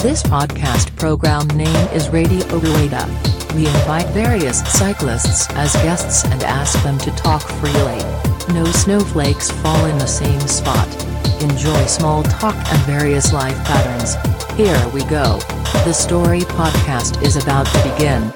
This podcast program name is Radio Rueda. We invite various cyclists as guests and ask them to talk freely. No snowflakes fall in the same spot. Enjoy small talk and various life patterns. Here we go. The story podcast is about to begin.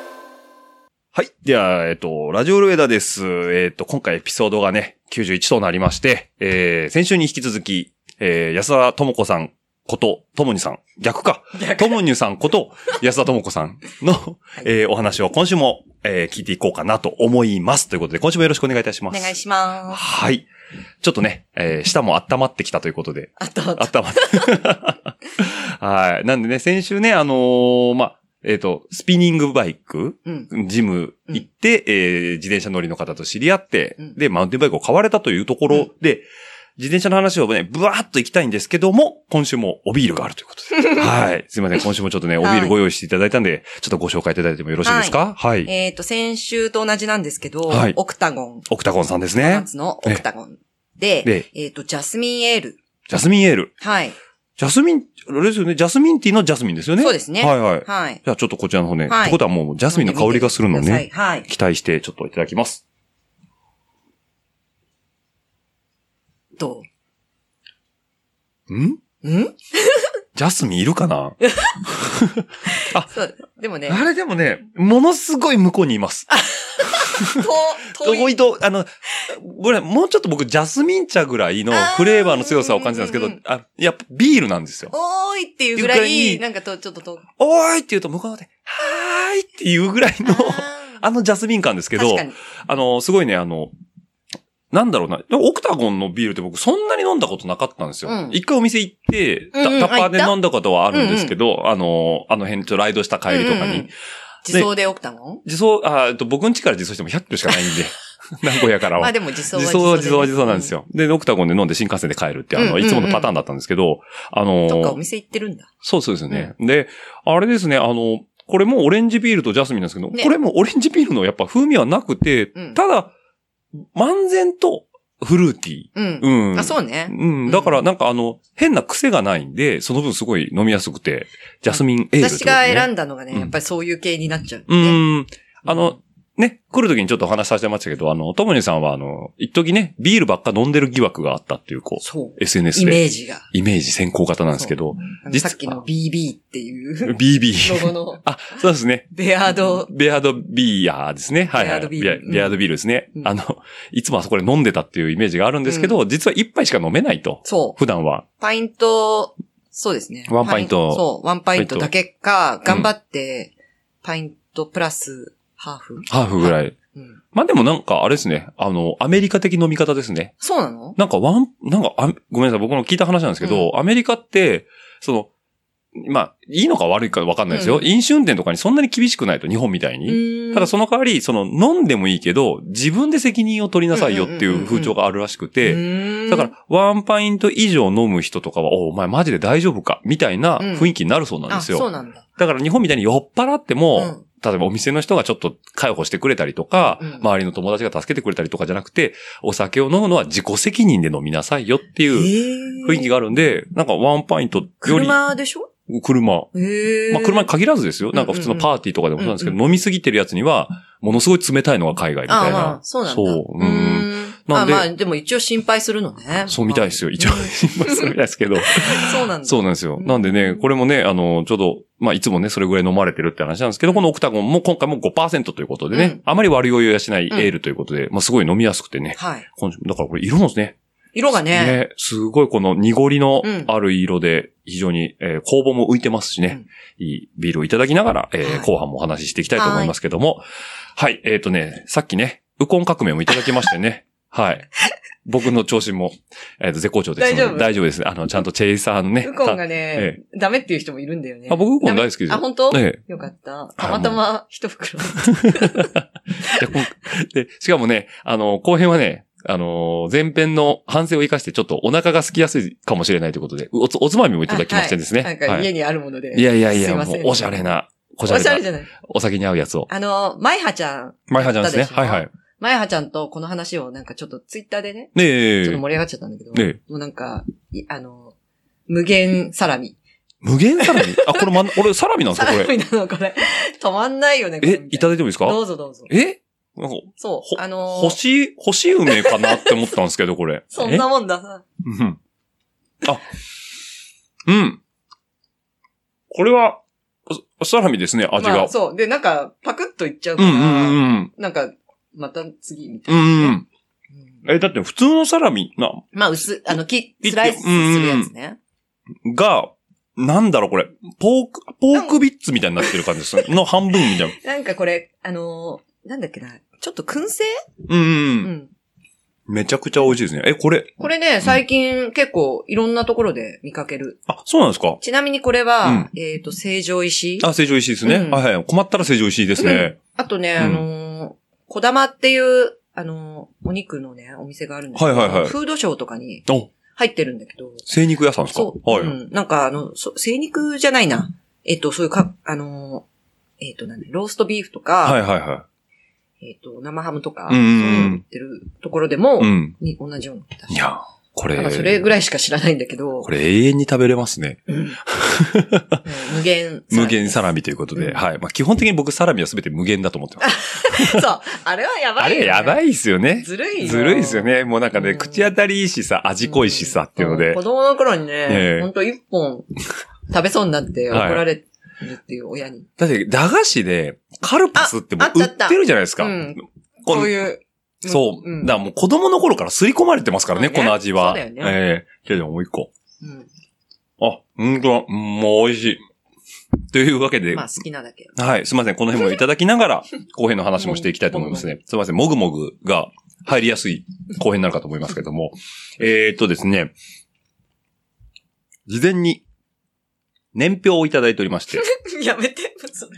はい。では、えっと、ラジオルエダです。えっと、今回エピソードがね、91となりまして、えー、先週に引き続き、えー、安田智子さんこと、ともにさん、逆か。ともにさんこと、安田智子さん の、えー、お話を今週も、えー、聞いていこうかなと思います。ということで、今週もよろしくお願いいたしおます。願いします。はい。ちょっとね、えー、舌も温まってきたということで、 あと、あったまって。 はい。なんでね、先週ね、あのーまあ、えっ、と、スピニングバイク、うんジム行って、えー自転車乗りの方と知り合って、うんで、マウンテンバイクを買われたというところで、自転車の話をね、ブワーッと行きたいんですけども、今週もおビールがあるということ で。はい。すいません、今週もちょっとね、おビールご用意していただいたんで、ちょっとご紹介いただいてもよろしいですかはい。えっ、と、先週と同じなんですけど、はいオクタゴン、オクタゴンさんですね。夏のオクタゴンで、でえっ、と、ジャスミンエール。ジャスミンエール。はい。ジャスミン、あれですよね、ジャスミンティーのジャスミンですよね。そうですねはいはい。はい。じゃあちょっとこちらの方ね。はいってことはもうジャスミンの香りがするの飲んでみてね。くださいはい。期待してちょっといただきます。どんううんジャスミンいるかなそう。でもね、あれでもね、ものすごい向こうにいます。と、ど遠こい。いと、あの、ごめんもうちょっと僕、ジャスミン茶ぐらいのフレーバーの強さを感じたんですけあーど、あ、やっぱビールなんですよ。おーいっていうぐらぐらいい、なんかと、ちょっとと、おーいって言うと向こうで、はーいっていうぐらいの、ああのジャスミン感ですけーど確か、に。あの、すごいね、あの、なんだろうな。でもオクタゴンのビールって僕そんなに飲んだことなかったんですよ。うん一回お店行って、たうんうんタッパーであ行った飲んだことはあるんですけど、あの、あの辺ちょっとライドした帰りとかに。うんうんうん自走でオクタゴン自走、あえっと僕ん家から自走しても100キロしかない んで、名古屋からまはあ。でも自走は自走は自走は自走なんですよ。よ。で、オクタゴンで飲んで新幹線で帰るって、あうんうの、んうんいつものパターンだったんですけど、あうんとかおの、店行ってるんだ。そうそうですよね。で、あれですね、あの、これもオレンジビールとジャスミンなんですけど、ねこれもオレンジビールのやっぱ風味はなくて、うんただ、漫然とフルーティー。うん。うん。あ、そううね。うん。だから、なんかあの、変な癖がないんで、その分すごい飲みやすくて、ジャスミンエール、私が選んんだのがね、うんやっぱりそういう系になっちゃう、ね。うん。あの、ね、来る時にちょっとお話しさせてもらってたけど、あの、ともにさんはあの、一時ね、ビールばっか飲んでる疑惑があったっていう、こそうう、。SNS で。イメージが。イメージ先行型なんですけど、あの実はさっきの BB っ ていうロ BB。ゴのあ、そうですね。ベアード、ベアードビアーですね。はいはい。ベアードビーベアルうんベアードビールですね。うんあの、いつもあそこで飲んでたっていうイメージがあるんですけど、実は一杯しか飲めないと。そ普段は。う、パイント、そうですね。ワンパイントそう、ワンパイントだけか、パイント頑張って、パイントプラスハーフ。ハーフぐらい。うん、まあでもなんかあれですね。あの、アメリカ的飲み方ですね。そうなのなんかワン、なんかあ、ごめんなさい。僕の聞いた話なんですけど、アメリカって、その、まあ、いいのか悪いかわかんないですよ。うん飲酒運転とかにそんなに厳しくないと、日本みたいに。ただそのの代わり、その飲んでもいいけど、自分で責任を取りなさいよっていう風潮があるらしくて、だから、ワンパイント以上飲む人とかは、おお前マジで大丈夫かみたいな雰囲気になるそうなんあ、ですそうよ。なんだ。だから日本みたいに酔っ払ってうも、ん例えばお店の人がちょっと介護してくれたりとかうん、周りの友達が助けてくれたりとかじゃなくて、お酒を飲むのは自己責任で飲みなさいよっていう雰囲気が。があるんで、なんかワンパイントより、車でしょ車へえ。まあ、車に限らずですよ。んなんか普通のパーティーとかでもそうなんですけど、飲みすぎてるやつには、ものすごい冷たいのが海外みたあいまあな、。そうなんだ。そううん んなあ、んでまあ、でも一応心配するのね。そうみたいですよ。一応、うん心配するみたいですけど。そうなん だ。そうなんですよ。なんでね、これもね、あの、ちょうど、まあ、いつもね、それぐらい飲まれてるって話なんですけど、このオクタゴンも今回も5%ということでね、うんあまり悪酔いはしないエールということで、まあ、すごい飲みやすくてね。はい。今週だからこれ色もですね。色がね、ね、すごいこの濁りのうんある色で、非常に、えー酵母も浮いてますしね、いいビールをいただきながら、えーはい後半もお話ししていきたいと思いますけども、はい、えっ、とね、さっきね、ウコン革命もいただきまして ね、はい。僕の調子も、えっ、と、絶好調ですので大丈夫大丈夫です。あの、ちゃんとチェイサーのね。ウコンがえね、ダメっていう人もいるんだよね。あ僕ウコン大好きですよあ、本当たえよかった。たまたま一袋。えでこう でしかもね、あの、後編はね、あのー前編の反省を生かして、ちょっとお腹が空きやすいかもしれないということで、おつおつまみもいただきましてですね。はいなんはかい家にあるもので。いやいやいすや、まもせうんおしゃれな、おおしゃれしゃれな、じゃない。お酒に合うやつを。あの、マイハちゃん、マイハちゃんですね。だでしょはいはい。マイハちゃんとこの話をなんかちょっとツイッターでね、ねちょっえと、盛り上がっちゃったんだけど、ねもうなんか、いあの、無限サラミ。無限サラミあ、これまん、俺サラミなんですサかこラれ。ミなのこれ。止まんないよね、これえ、いただいてもいいですどかうぞどうぞ。えなんか、そほう。あのー星、星梅かなって思ったんですけど、これ。そんなもんだな。えうん。あ、うん。これは、おサラミですね、味まがあ、。そう。で、なんか、パクッといっちゃううから、んうんうんなんか、また次みたういな、ん。うんうん。うんえ、だって普通のサラミな、まあ、薄、あの、き、てスライスするやつね。が、なんだろうこれ、ポーク、ポークビッツみたいになってる感じです ね。の半分みたいな。なんかこれ、あのーなんだっけな。ちょっと燻製うんううんうん。ん。めちゃくちゃ美味しいですね。え、これ、これね、最近結構いろんなところで見かける。あ、そうなんですかちなみにこれは、えっ、と、成城石井。あ、成城石井ですね。うんはいはい。困ったら成城石井ですね。あとね、うんあのこだまっていう、あのーお肉のね、お店があるんですけど、はいはいはいフードショーとかにお、入ってるんだけど、精肉屋さんですかそう、はい。うん。なんか、あの、そ精肉じゃないな。えっ、と、そういうか、あのーえっ、と、なんだローストビーフとか、はいはいはえっ、と、生ハムとか、うんうんうんそういうの売ってるところでい。うも、ん。に同じようなの売ってたいや、こなんれ、かそれぐらいしか知らないんだけど、これ永遠に食べれますね。うんうん無限。無限サラミということで、うんはい。まあ基本的に僕サラミは全て無限だと思ってます。そう。あれはやばあいよ、ね。れやばいっすよね。ずるいよ。ずるいっすよね。もうなんかうね、ん口当たりいいしさ、味濃いしさっていうのんで子。供の頃にえねえ、ほんと一本食べそうになって怒はいられるっていう親に。だって、駄菓子で、カルパスってもあうあっ売たあったってるじゃないですか。うんここうのいう。うんそう。うんだからもう子供の頃から吸い込まれてますからね、そうねこの味は。そうだよねええじゃあじゃあもう一個。うんあ、ほんとだ。うんもう美味しい。というわけで、まあ好きなだけ。はい、すいません。この辺もいただきながら、後編の話もしていきたいと思います ね。すいません。もぐもぐが入りやすい後編になるかと思いますけども。えーっとですね。事前に、年表をいただいておりま して。 やめて。それ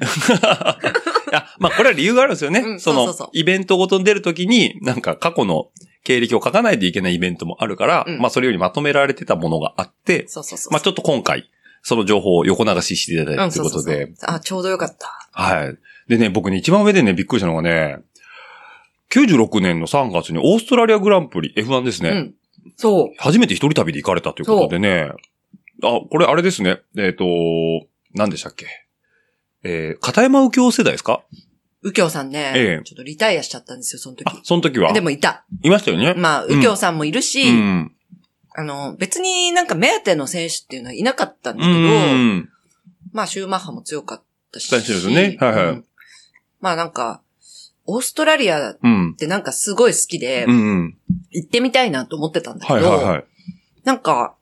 あ、まあこれは理由があるんですよね。うんそのそうそうそうイベントごとに出るときに、なんか過去の経歴を書かないといけないイベントもあるから、うんまあそれよりまとめられてたものがあって、そうそうそう。まあちょっと今回、その情報を横流ししていただいうたんということで、そうそうそうあ、ちょうどよかった。はい。でね、僕ね、一番上でね、びっくりしたのがね、96年の3月にオーストラリアグランプリ F1 ですね。うん。そう。初めて一人旅で行かれたということでね。あ、これあれですね。えっ、と、何でしたっけ。えー、片山右京世代ですか右京さんね、ええちょっとリタイアしちゃったんですよ、その時あ。、その時は。でもいた。いましたよね。まあ、右京さんもいるし、うん。あの、別になんか目当ての選手っていうのはいなかったんだうけど、ん。まあ、シューマッハも強かったし。強いですよねはいはいうんまあなんか、オーストラリアっうん。てなんかすごい好きで、うん。行ってみたいなと思ってたんだけはど、いはいはい。なんか、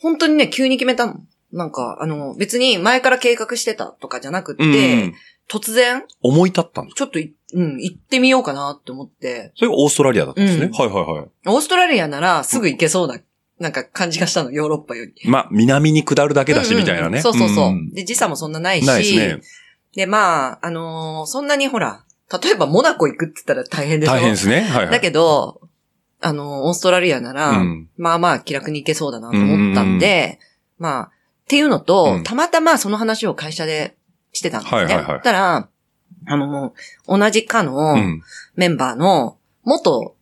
本当にね、急に決めたの。なんか、あの、別に前から計画してたとかじゃなくって、うん。突然、思い立ったんです。ちょっとい、うん、行ってみようかなって思って、それがオーストラリアだったんですね。うんはいはいはい。オーストラリアならすぐ行けそうな、なんか感じがしたの、ヨーロッパより。まあ、南に下るだけだし、うんうんみたいなね。そうそうそう。んで、時差もそんなないし。ないですね。で、まあ、あのーそんなにほら、例えばモナコ行くって言ったら大変でしょ大変ですね。はいはい。だけど、あのーオーストラリアなら、うんまあまあ気楽に行けそうだなと思ったんで、まあ、っていうのと、うんたまたまその話を会社でしてたんですね。はいはいはいだから、あのー同じ課うのん。メンバーの元、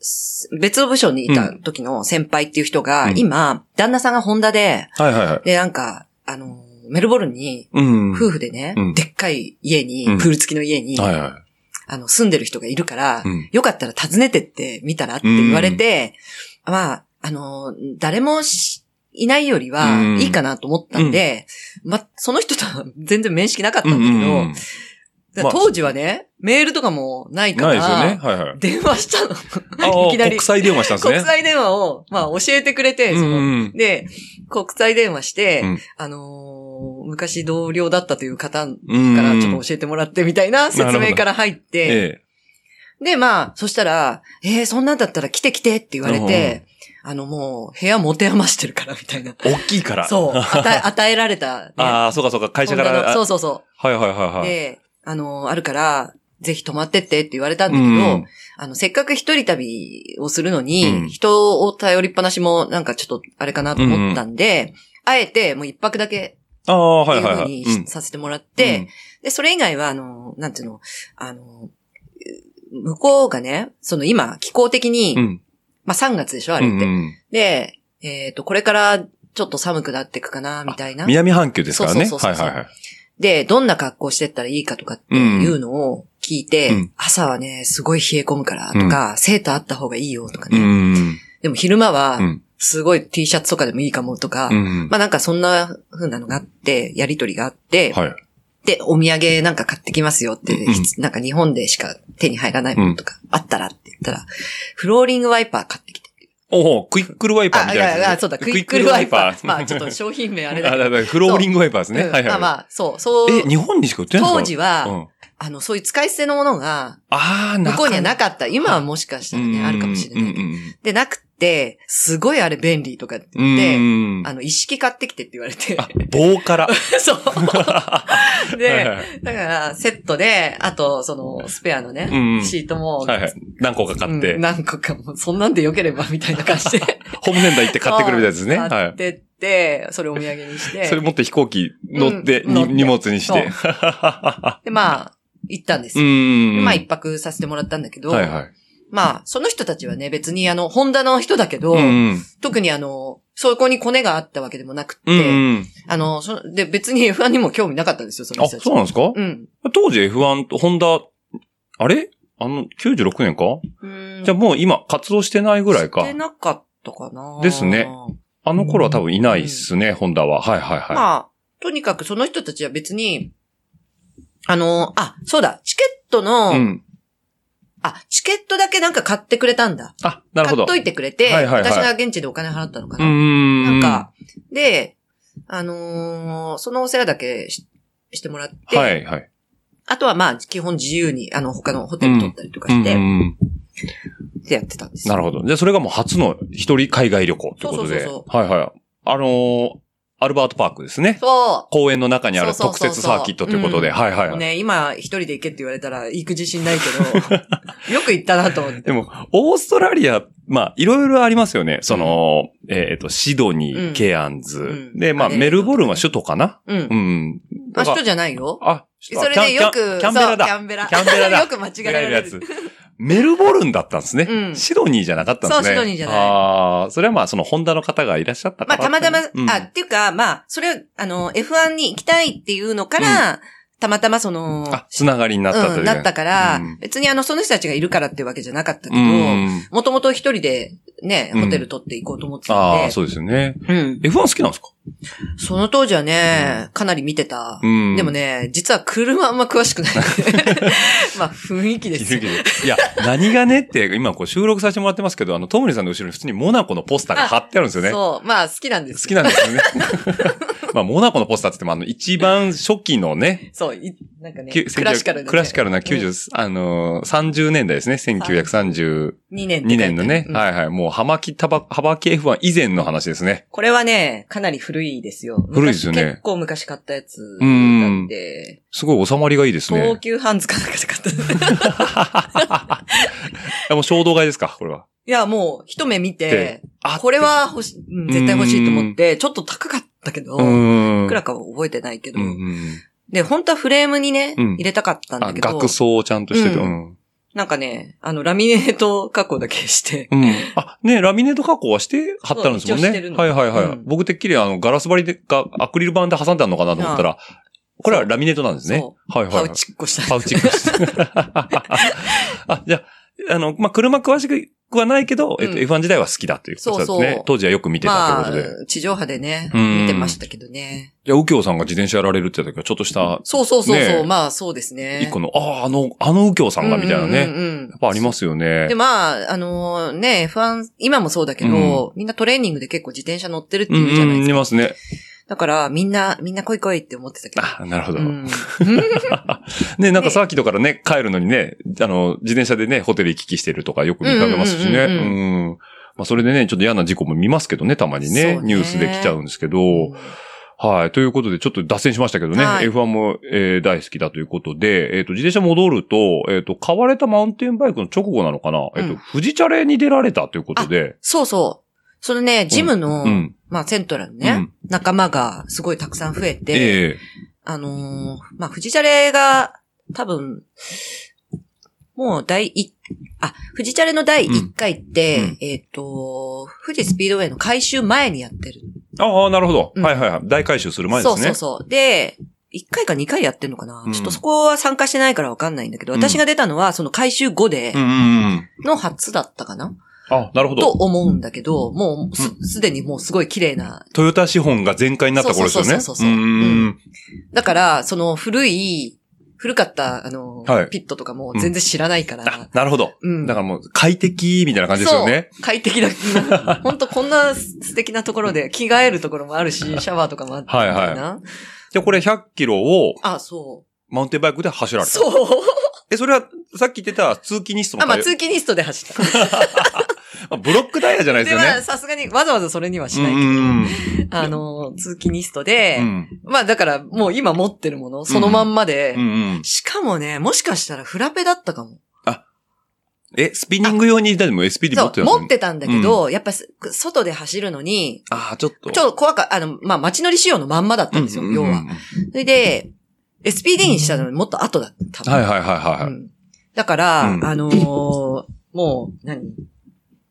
す別の部署にいた時の先輩っていう人が、うん今、旦那さんがホンダで、はいはいはい。で、なんか、あのーメルボルンにうん。夫婦でね、うんでっかい家に、うんプール付きの家に、はいはあの、住んでる人がいるから、い。うん。よかったら訪ねてってみたらって言われて、まあ、あの、誰もしいないよりはうんいいかなと思ったんで、ま、その人とは全然面識なかったんだけど、うんだから当時はね、メールとかもないかなら、いですよね。はいはい。電話したあの。あいきなり国際電話したんですね。国際電話を、まあ、教えてくれて、そのうんうんで、国際電話して、うんあのー昔同僚だったという方かうんらちょっと教えてもらってみたいな説明から入って、えで、まあ、そしたら、えー、そんなんだったら来て来てって言われうんうて、あの、もう、部屋持て余してるから、みたいな。え。大きいから。そう、 与え、与えられた、ね。ああ、そうかそうか。会社かホンダら。のそうあそうそはいはいはう。いはい。で、あのーあるから、ぜひ泊まってってって言われたんだうけど、ん。あの、せっかく一人旅をするのうんに、人を頼りっぱなしもなんかちょっとあれかなと思ったんで、あえてもう一泊だけああ、ってはいいうはいふうはい。にうんしさせてもらって、、で、それ以外は、あの、なんていうの、あの、向こうがね、その今、気候的に、うん。まあ3月でしょ、あうれっんて。うんで、えっ、と、これからちょっと寒くなっていくかな、みたいな。南半球ですからね。そうそうそうそうはいはいはい。で、どんな格好してったらいいかとかっていうのを聞いて、うん朝はね、すごい冷え込むからとか、セーターあった方がいいよとかうね。ん。でも昼間はう、ん。すごい T シャツとかでもいいかもとか、うん。まあなんかそんな風なのがあって、やりとりがあって、はい。で、お土産なんか買ってきますよって、うんひつなんか日本でしか手に入らないものとか、あったらって言ったら、フローリングワイパー買ってきて。おお、クイックルワイパーみたあ、いいなやつやいや、そうだ、クイックルワイパー。まあちょっ とあ商品名あれだだけど。からフローリングワイパーですね。うんはいはいまあまはあ、そう、そう。い。え、日本にしか売ってないんですか当時は、うんあの、そういう使い捨てのものが、ああ、向こうにはななかった。今はもしかしたらね、あるかもしれないけど。で、なくて、すごいあれ便利とかって言って、あで、の、一式買ってきてって言われて。あ棒から。そう。はい で、はいだから、セットで、あと、その、スペアのね、うんシートも、はいはい。何個か買ってうん、何個かも、そんなんで良ければ、みたいな感じで。ホームセンター行 って買ってくるみたいですね。そうは買っい。てって、それをお土産にして。 それ持って飛行機乗って、うにん乗って荷物にして。で、まあ、行ったんですうよ。ん。まあ、一泊させてもらったんだけど、はいはい。まあ、その人たちはね、別にあの、ホンダの人だけど、うん特にあの、そこにコネがあったわけでもなくって、うん。うん。あの、そで、別に F1 にも興味なかったんですよ、そのあ、人たち。そうなんですかうん。当時 F1 とホンダ、あれあの、96年かうん。じゃあもう今活動してないぐらいかして。なかったかなですねあの頃は多分いないっすね、ホンダは。はいはいはまあ、とにかくその人たちは別に、あの、あ、そうだ、チケットの、い。うん。あ、チケットだけなんか買ってくれたんだ。あ、なる買ほど。っといてくれて、はいはいはい私が現地でお金払ったのかうな。ん。なんか、で、あのーそのお世話だけししてもらって、はいはい。あとはまあ、基本自由に、あの、他のホテル取ったりとかして、うんうんうんってやってたんですよ。なるほど。で、それがもう初の一人海外旅行ということで。そうそうそうはいはい。あのーアルバートパークですね。そ公園の中にあるそうそう特そうそう設サーキットということで。うん。はいはいうはい。ね、今、一人で行けって言われたら、行く自信ないけ ど、よく行ったなと思って。でも、オーストラリア、まあ、いろいろありますよね。その、えっ、と、シドニー、うんケアンズ。うんで、まあ、あれメルボルンは首都かなう。うんん。あ、とか人じゃないよ。あ、首都それでよく、キャンキャンキャンベラだ。そうキャンベラ。キャンベラだよく間違えられやるつ。。メルボルンだったんですね。うんシドニーじゃなかったんですね。そうシドニーじゃないああ、それはまあ、その、ホンダの方がいらっしゃったまかあ、ら。たまたま、うんあ、っていうか、まあ、それは、あの、F1 に行きたいっていうのから、たまたまその、あ、つながりになったというう。ん、なったから、うん別にあの、その人たちがいるからっていうわけじゃなかったけど、うん。もともと一人でね、うんホテル取っていこうと思ってたんあで、あ、そうですよね。うん。 F1 好きなんですかその当時はね、かなり見てた。うんでもね、実は車あんま詳 しくない。まあ、雰囲気ですよ。いや、何がねって、今こう収録させてもらってますけど、あの、トムリさんの後ろに普通にモナコのポスターが貼ってあるんですよね。好そう。まあ、好きなんですきなんですよね。 まあ、モナコのポスターって言っても、あの、一番初期のね、そう。いなんかね、きゅクラシカルな、ね。クラシカルな90、あのー、30年代ですね。1932 2年って書 いてある年のね。うんはいはい。もう、はまきたば、はばき F1 以前の話ですね。これはね、かなり古いですよ。古いですよね昔結構昔買ったやつうだんって、すごい収まりがいいです東ね。急ハンズかなんかで買った。 あもう衝動買いですかこれは。いや、もう、一目見てで、あこれは欲し、うん絶対欲しいと思って、ちょっと高かったけど、ういん。くらかは覚えてないけどう、んうん。で、本当はフレームにね、うん入れたかったんあ、だけど、額装をちゃんとしてて。ううんなんかね、あの、ラミネート加工だけして、うん。あ、ね、ラミネート加工はして貼ってあるんですもんそう一応してね。るのはいはいはい。うん僕てっきりあの、ガラス張りでか、アクリル板で挟んであるのかなと思ったら、これはラミネートなんですね。そはいはいパはい。ウチっこした。パウチック して。あ、じゃあ、あの、まあ、車詳しくはないけど、えっと、うん F1 時代は好きだということですね。そうそう当時はよく見てたまとあいうことで。、地上波でね、うん見てましたけどね。じゃあ、右京さんが自転車やられるって言った時は、ちょっとした、そうそうそうねそえう、まあそうですね。一個の、ああ、あの、あの右京さんが、みたいなね。うんうんうんうんやっぱありますよねで、。まあ、あのね、F1、今もそうだけど、みんなトレーニングで結構自転車乗ってるってうんいうじゃないうでん、すいか。ますね。だから、みんな、みんな来い来いって思ってたけど。あ、なるほど。 うん、ね、なんかサーキットからね、帰るのにね、あの、自転車でね、ホテル行き来してるとかよく見かけますしね。うんうんうんうん。まあ、それでね、ちょっと嫌な事故も見ますけどね、たまにね、そうねニュースで来ちゃうんですけど。はい。ということで、ちょっと脱線しましたけどね、はい F1 も、えー大好きだということで、えっ、と、自転車戻ると、えっ、と、買われたマウンテンバイクの直後なのかな、えっ、うと、ん富士チャレに出られたということで、そうそう。そのね、ジムの、うん。まあ、セントラのうねん、仲間がすごいたくさん増えて、ええあのーまあ、藤チャレが、多分、もう第一、あ、藤チャレの第一回って、うんうんえっ、と、富士スピードウェイの改修前にやってるああ、なるほど。うんはいはいはい。大回収する前ですね。そうそうそう。で、1回か2回やってんのかな、うんちょっとそこは参加してないからわかんないんだけど、うん私が出たのはその回収後でうんうんうん。の初だったかな、あ、なるほとど。思うんだけど、もうすすでにもうすごい綺麗なトヨタ資本が全開になった頃ですよね。そうそうそうそううそうーん。だから、その古い、古かった、あの、はいピットとかも全然知らな いから。なるほど。うん。だからもう快適みたいな感じですよね。そう。快適だ。 本当こんな素敵なところで、着替えるところもある し、シャワーとかもあって。はいはいみたなで、これ100キロをあ、そマウンテンバイクで走られう。た。そう。え、それはさっき言ってた通勤日数もあ、まあ、通通勤リストで走った。あブロックダイヤじゃないですでよは、ね。さすがに、わざわざそれにはしうないけど、んあの、通勤リストで、うん。まあ、だから、もう今持ってるもの、そのまんまで、うんうん。しかもね、もしかしたらフラペだったかも。え、スピニング用に、でも SPD 持そってたんう、ですよ持ってたんだけど、やっぱす、外で走るのに、ああ、ちょっと。ちょっと怖か、あの、まあ、街乗り仕様のまんまだったんですよ、うんうん要うんは。それで、SPD にしたのにもっと後だった。多分はいはいはいはいはうい。んだから、うんあのーもう、何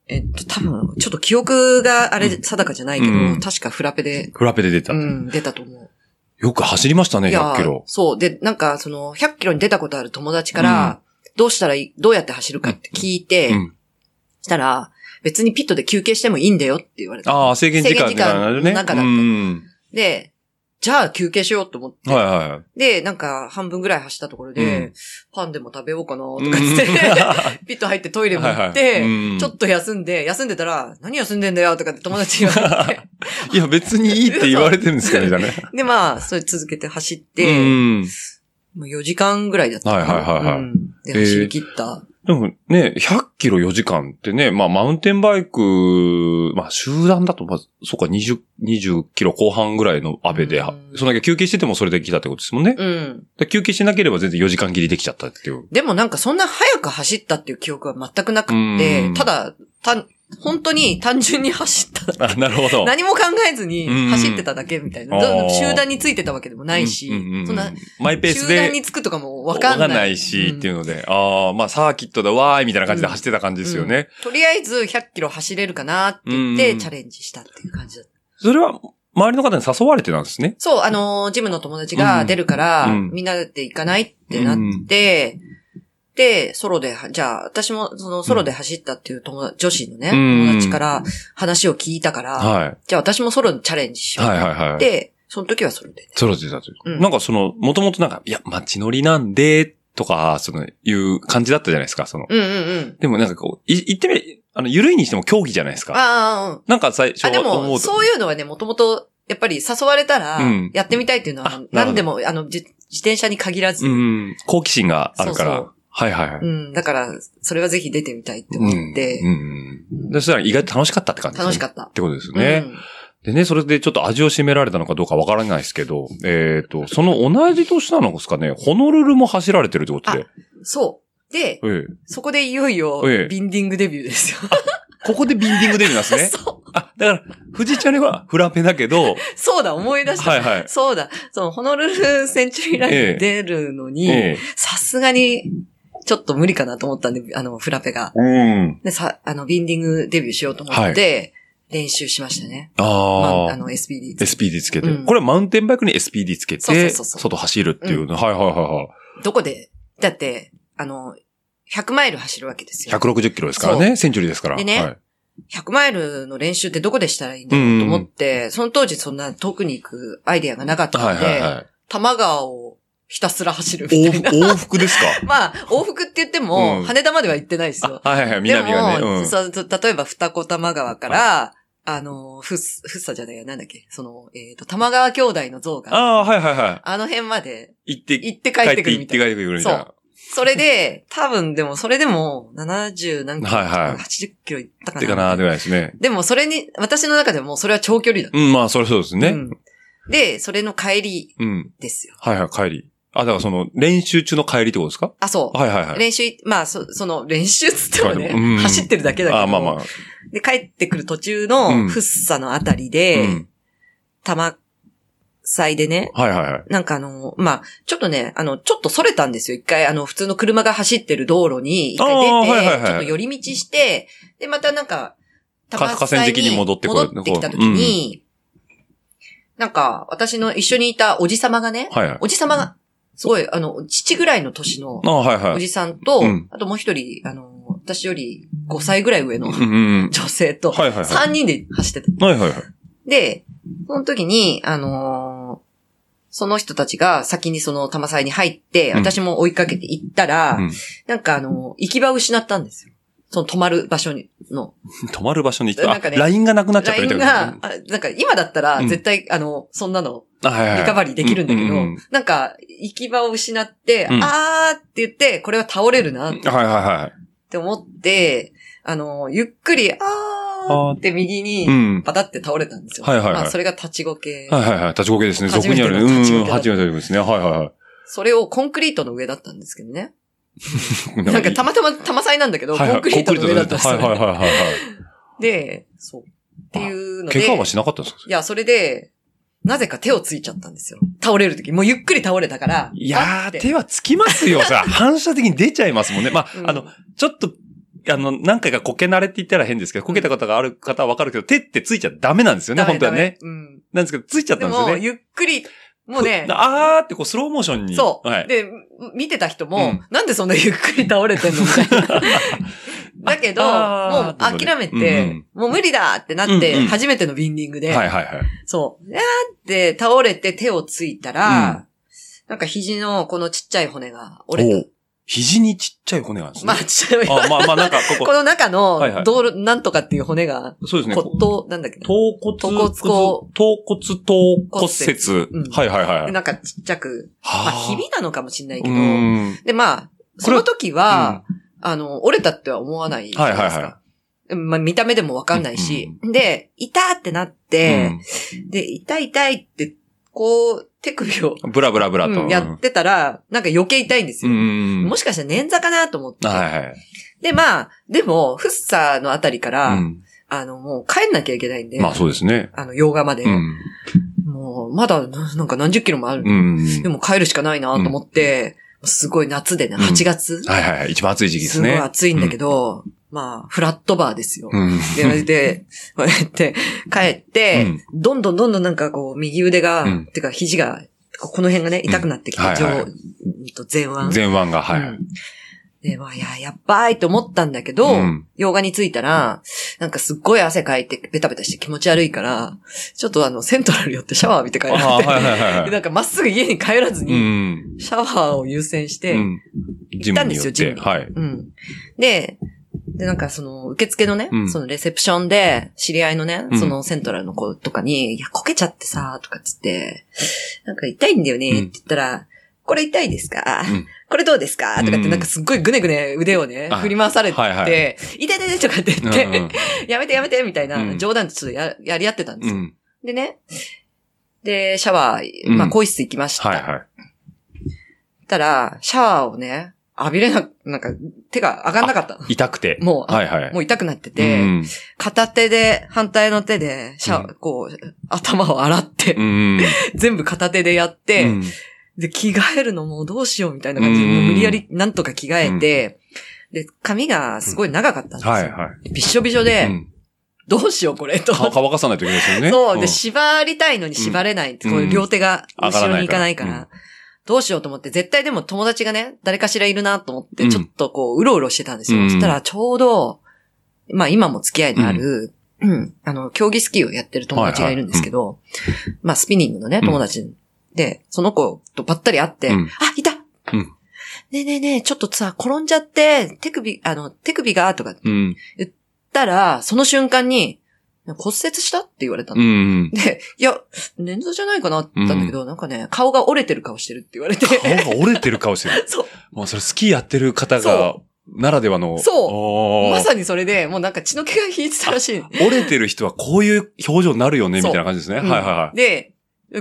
えっと、多分、ちょっと記憶があれ、う定かじゃないけど、うん確かフラペで、フラペで出たう。ん、出たと思う。よく走りましたね、100キロ。そう。で、なんか、その、100キロに出たことある友達から、どうしたらいい、どうやって走るかって聞いて、うんしたら、別にピットで休憩してもいいんだよって言われた。ああ、制限時間みたいなのね。制限時間の中だったうんで、じゃあ休憩しようと思って、はいはいはい。で、なんか、半分ぐらい走ったところで、うんパンでも食べようかな、とかつって、 ピット入ってトイレも行って、ちょっと休んで、休んでたら、何休んでんだよ、とかって友達に言われて。と。いや、別にいいって言われてるんですけどねじゃあね。 で、まあ、それ続けて走っうて、んもう4時間ぐらいだったかな。はいはいはいはいうんで、走り切った。でもね、100キロ4時間ってね、まあマウンテンバイク、まあ集団だと、まあ、そうか、20、20キロ後半ぐらいのアベでうん、そのだけ休憩しててもそれできたってことですもんね。うん。で休憩しなければ全然4時間切りできちゃったっていう。でもなんかそんな早く走ったっていう記憶は全くなくうてん、ただ、た、本当に単純に走っただけ。あ、なるほど。何も考えずにうん走ってただけみたいな。あーどん集団についてたわけでもないし、うんうんうんそんな、マイペース集団でに。つくとかもわかんない。し、っていううんので、ああ、まあサーキットだわーいみたいな感じで走ってた感じですよね。とりあえず100キロ走れるかなって言って、うんチャレンジしたっていう感じだった。それは、周りの方に誘われてなんですね。そう、あのージムの友達が出るから、うんみんなで行かないってなって、で、ソロでは、じゃあ、私も、その、ソロで走ったっていう友達、女子のね、うん友達から話を聞いたから、はじゃあ私もソロにチャレンジしい。よう。はいはいはい。で、その時はそれで。ソロで出たという。うんなんかその、もともとなんか、いや、街乗りなんで、とか、その、いう感じだったじゃないですか、その。うんうんうん。でもなんかこう、い言ってみれ、あの、ゆるいにしても競技じゃないですか。ああ、うん。なんか最初あ、では思も、うと。そういうのはね、もともと、やっぱり誘われたらうん、やってみたいっていうのは、ほど何でも、あの、じ自転車に限らず、ううん、ん、好奇心があるから。そうそうはいはいはい。だから、それはぜひ出てみたいって思って、うんうん。でそしたら意外と楽しかったって感じですね楽しかったっ。てことですね。うんでね、それでちょっと味を占められたのかどうかわからないですけど、えっ、と、その同じ年なのですかね、ホノルルも走られてるってことで。そう。で、ええそこでいよいよええ、ビンディングデビューですよ。。ここでビンディングデビューなんですね そう あ、だから、藤井ちゃんはフラペだけ ど、そうだ、思い出した。はいはい。そうだ、その、ホノルルセンチュリーライン出るのに、えさすがに、ちょっと無理かなと思ったんで、あの、フラペが。え。うん。で、さ、あの、ビンディングデビューしようと思って、練習しましたね。まああ、ああ。の、SPD つけて。 SPD つけて、うんこれはマウンテンバイクに SPD つけそうそて、うそうそう外走るっていうね、はいはいはいはどこでだって、あの、100マイル走るわけですい。よ。 160キロですからね、センチュリーですから。でねはい、 100マイルの練習ってどこでしたらいいんだろうと思って、その当時そんな遠くに行くアイデアがなかったはいので、はいはい。多摩川をひたすら走るみ往たいな。復往復ですか まあ、往復って言っても、うん羽田までは行ってないですよ。あはいはい、でも、南がね。うん。そうそう例えば二子玉川から、あの、ふっ、ふっさじゃないや、なんだっけ、その、えっ、と、玉川兄弟の像が、あああー、はいはいはの辺までい。行って、行って帰ってくる行みったてい帰な。ってくるみたいなそ。それで、多分でも、それでも、70何キロ、はいはい80キロ行 ったかってな。かな、でもないですね。でも、それに、私の中でも、それは長距離だ。うん、まあ、そりゃそうですうね。んで、それの帰りうん。ですよ。はいはい、帰り。あ、だからその、練習中の帰りってことですかあ、そう。はいはいはい。練習い、まあ、そ、その、練習っつってもね、うん走ってるだけだけど。あまあまあ。で、帰ってくる途中うんの、フッサのあたりで、うん。玉祭でね、はいはいはい。なんかあの、まあ、ちょっとね、あの、ちょっとそれたんですよ。一回、あの、普通の車が走ってる道路に、一あ回ー出て、はいはいはいちょっと寄り道して、で、またなんか、か河川敷に戻ってこい戻ってきた時に、なんか、私の一緒にいたおじ様がね、はいはい。おじ様が、すごい、あの、父ぐらいの年のあはいはおい。じさんと、うんあともう一人、あの、私より5歳ぐらい上のうんうん。女性と、はいはいは3人で走ってた。い。はいはいはい。で、その時に、あのーその人たちが先にその玉祭に入って、うん私も追いかけて行ったら、うんなんかあのー行き場を失ったんですよ。その泊まる場所にの。止まる場所に行なんっかた。あ、ねラインがなくなっちゃったみたい LINE な。が、あなんか今だったらうん絶対、あの、そんなのあ、はいはい。リカバリーできるんだけど、うんうんなんか行き場を失って、うんあーって言って、これは倒れるなっはいはいはい。て思って、あのーゆっくり、あーって右うに、ん。パタって倒れたんですよ。はいはいはいまあそれが立ちごけ。はいはいはい。立ちこけですね。初俗めてにのある。うんうん立ちこ。けだ初めてですね。はいはいはい。それをコンクリートの上だったんですけどね。ななんかたまたま、たまさいなんだけど、コはいはいンクリートの上だったんですよはいはいね。はいはいはい。で、そう。っていうので。怪我はしなかったんですかいや、それで、なぜか手をついちゃったんですよ。倒れるとき。もうゆっくり倒れたから。いあやっー、て手はつきます よ。さ、反射的に出ちゃいますもんね。まあ、うんあの、ちょっと、あの、何回かこけ慣れって言ったら変ですけど、こけたことがある方はわかるけど、手ってついちゃダメなんですよね、ダメ本当はね。。ダメうん。なんですけど、ついちゃっでたんですよも、ね。ゆっくり、もうねふ、あーってこう、スローモーションに。そう。はい。で、見てた人うもん、なんでそんなゆっくり倒れてんのみたい な。だけど、もうあー諦めうんて、もう無理だってなっうんうて、ん初めてのビンディングで、はいはいはい。そう。やーって倒れて手をついたら、なんか肘のこのちっちゃい骨が折れおう肘にちっちゃい骨があるんですた。まねあ、。ちっちゃい。あ、まあまあ、なんか、ここの中はいはの、いどう、なんとかっていう骨が、こ。そうですね。骨頭、なんだっけな頭骨、頭骨頭骨、頭骨折うん。はいはいはい。なんかちっちゃく、まあ、はひびなのかもしれないーけど、うんで、まあ、そこれのは時は、あの、折れたっては思わないじゃないですか。はいはいはうんまあ、見た目でもわかんないし、で、痛ーってなって、で、痛い痛いって、こう、手首を、うんブラブラブラと。うんやってたら、なんか余計痛いんですうよ。ん。もしかしたら捻挫かなと思って。はいはい。で、まあ、でも、フッサーのあたりから、うんあの、もう帰んなきゃいけないんで、まあそうですね。あの、洋画まで、うん。もう、まだな、なんか何十キロもある。うん。でも帰るしかないなと思って、すごい夏でね、うん8月、はいはいはい。一番暑い時期ですすごね。い暑いんだけど、まあ、フラットバーですよ。うん。で、で、こうやって、帰って、どんどんどんどんなんかこう、右腕が、うんてか肘が、ここの辺がね、痛くなってきて、うんはいはい上と前腕。前腕が、はいはういん。で、まあ、いや、やっばいと思ったんだけど、うん洋画に着いたら、なんかすっごい汗かいて、ベタベタして気持ち悪いから、ちょっとあの、セントラル寄ってシャワー浴びて帰あろうって。あ、はいはいはいは。でないんかまっすぐ家に帰らずうに、ん。シャワーを優先して、ううん。ん。行ったんですよジムにジムによってはい。で、で、なんかその、受付のね、うんそのレセプションで、知り合いのね、うんそのセントラルの子とかに、いや、こけちゃってさ、とかっつって、なんか痛いんだよね、って言ったら、これ痛いですか、うんこれどうですかとかっうて、んなんかすっごいぐねぐね腕をねあ、振り回されて、はいはい痛い痛い痛いとかって言って、やめてやめてみたいな、うん冗談でちょっとややり合ってたんでうすんうよ。ん。でね、で、シャワー、うんまあ、更衣室行きました。はいはい。ったら、シャワーをね、浴びれな、なんか、手が上がんなかったの。痛くて。もう、はいはい。もう痛くなってうて、ん片手で、反対の手で、シャワー、こう、頭を洗って、うん。全部片手でやって、うんで、着替えるのもどうしようみたいな感じで、もう無理やりなんとか着替えて、で、髪がすごい長かったんですよ。はいはびっしょびしょい。で、うんどうしようこれと。顔乾かさないといけないですよね。そう。で、ん縛りたいのに縛れない。うんこう両手がうん後ろに行かないか上がらないからら。どうしようと思って、絶対でも友達がね、誰かしらいるなと思って、うんちょっとこう、うろうろしてたんですよ。うんそしたら、ちょうど、まあ今も付き合いのある、うんあの、競技スキーをやってる友達がいるんですけど、まあスピニングのね、うん友達で、その子とばったり会って、うあん、いたうんねえねえねえ、ちょっとさ、転んじゃって、手首、あの、手首が、とか言っうん。たら、その瞬間に、骨折したって言われたのう。 ん。で、いや、捻挫じゃないかなって言ったんだけど、なんかね、顔が折れてる顔してるって言われて。顔が折れてる顔してる。 そう。もうそれスキーやってる方がそ、ならではの。そううまさにそれで、もうなんか血の気が引いてたらしい。折れてる人はこういう表情になるよね、みそたういな感じですね。はいはいはで、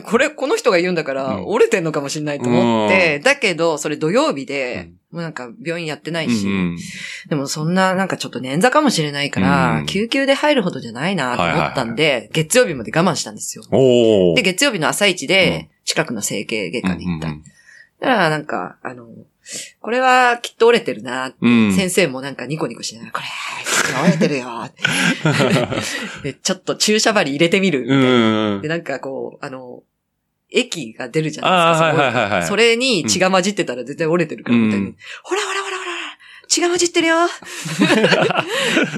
これ、この人が言うんだから、うん。折れてんのかもしれないと思って、だけど、それ土曜日で、もうなんか病院やってないいし、うんでもそんななんかちょっと捻挫かもしれないから、うん救急で入るほどじゃないなと思ったんで、月曜日まで我慢したんですよ。おお。で、月曜日の朝一で、近くの整形外科に行った。だから、なんか、あの、これはきっと折れてるな。うん。先生もなんかニコニコしながら、これ、折れてるよ。でちょっと注射針入れてみる。うん。で、なんかこう、あの、液が出るじゃないですああ、。はかいそこはいはいはい。それに血が混じってたら絶対折れてるからみたいに。うんほらほらほらほら血が混じってるよだか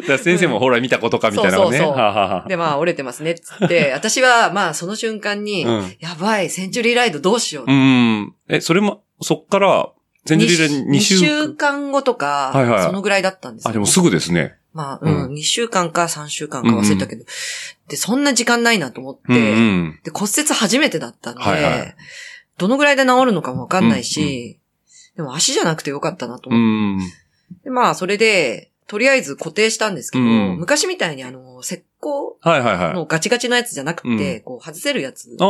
ら先生もほら見たことかみたいなのね。そうそうそうはあはあはあで、まあ折れてますねっつって、私はまあその瞬間に、うんやばい、センチュリーライドどうしよう。うん。え、それも、そっから、センジュリーで2 2週。週間後とか、はいはいそのぐらいだったんですよあ、でもすぐですね。まあ、うん、う2週間か3週間か忘れたけど、で、そんな時間ないなと思って、うんうん。で、骨折初めてだったんで、はいはいどのぐらいで治るのかもわかんないし、でも足じゃなくてよかったなとう思って、ん。でまあ、それで、とりあえず固定したんですけど、うん昔みたいにあの、石膏はいはいはい。あのガチガチのやつじゃなくて、うこう、外せるやつ。あ、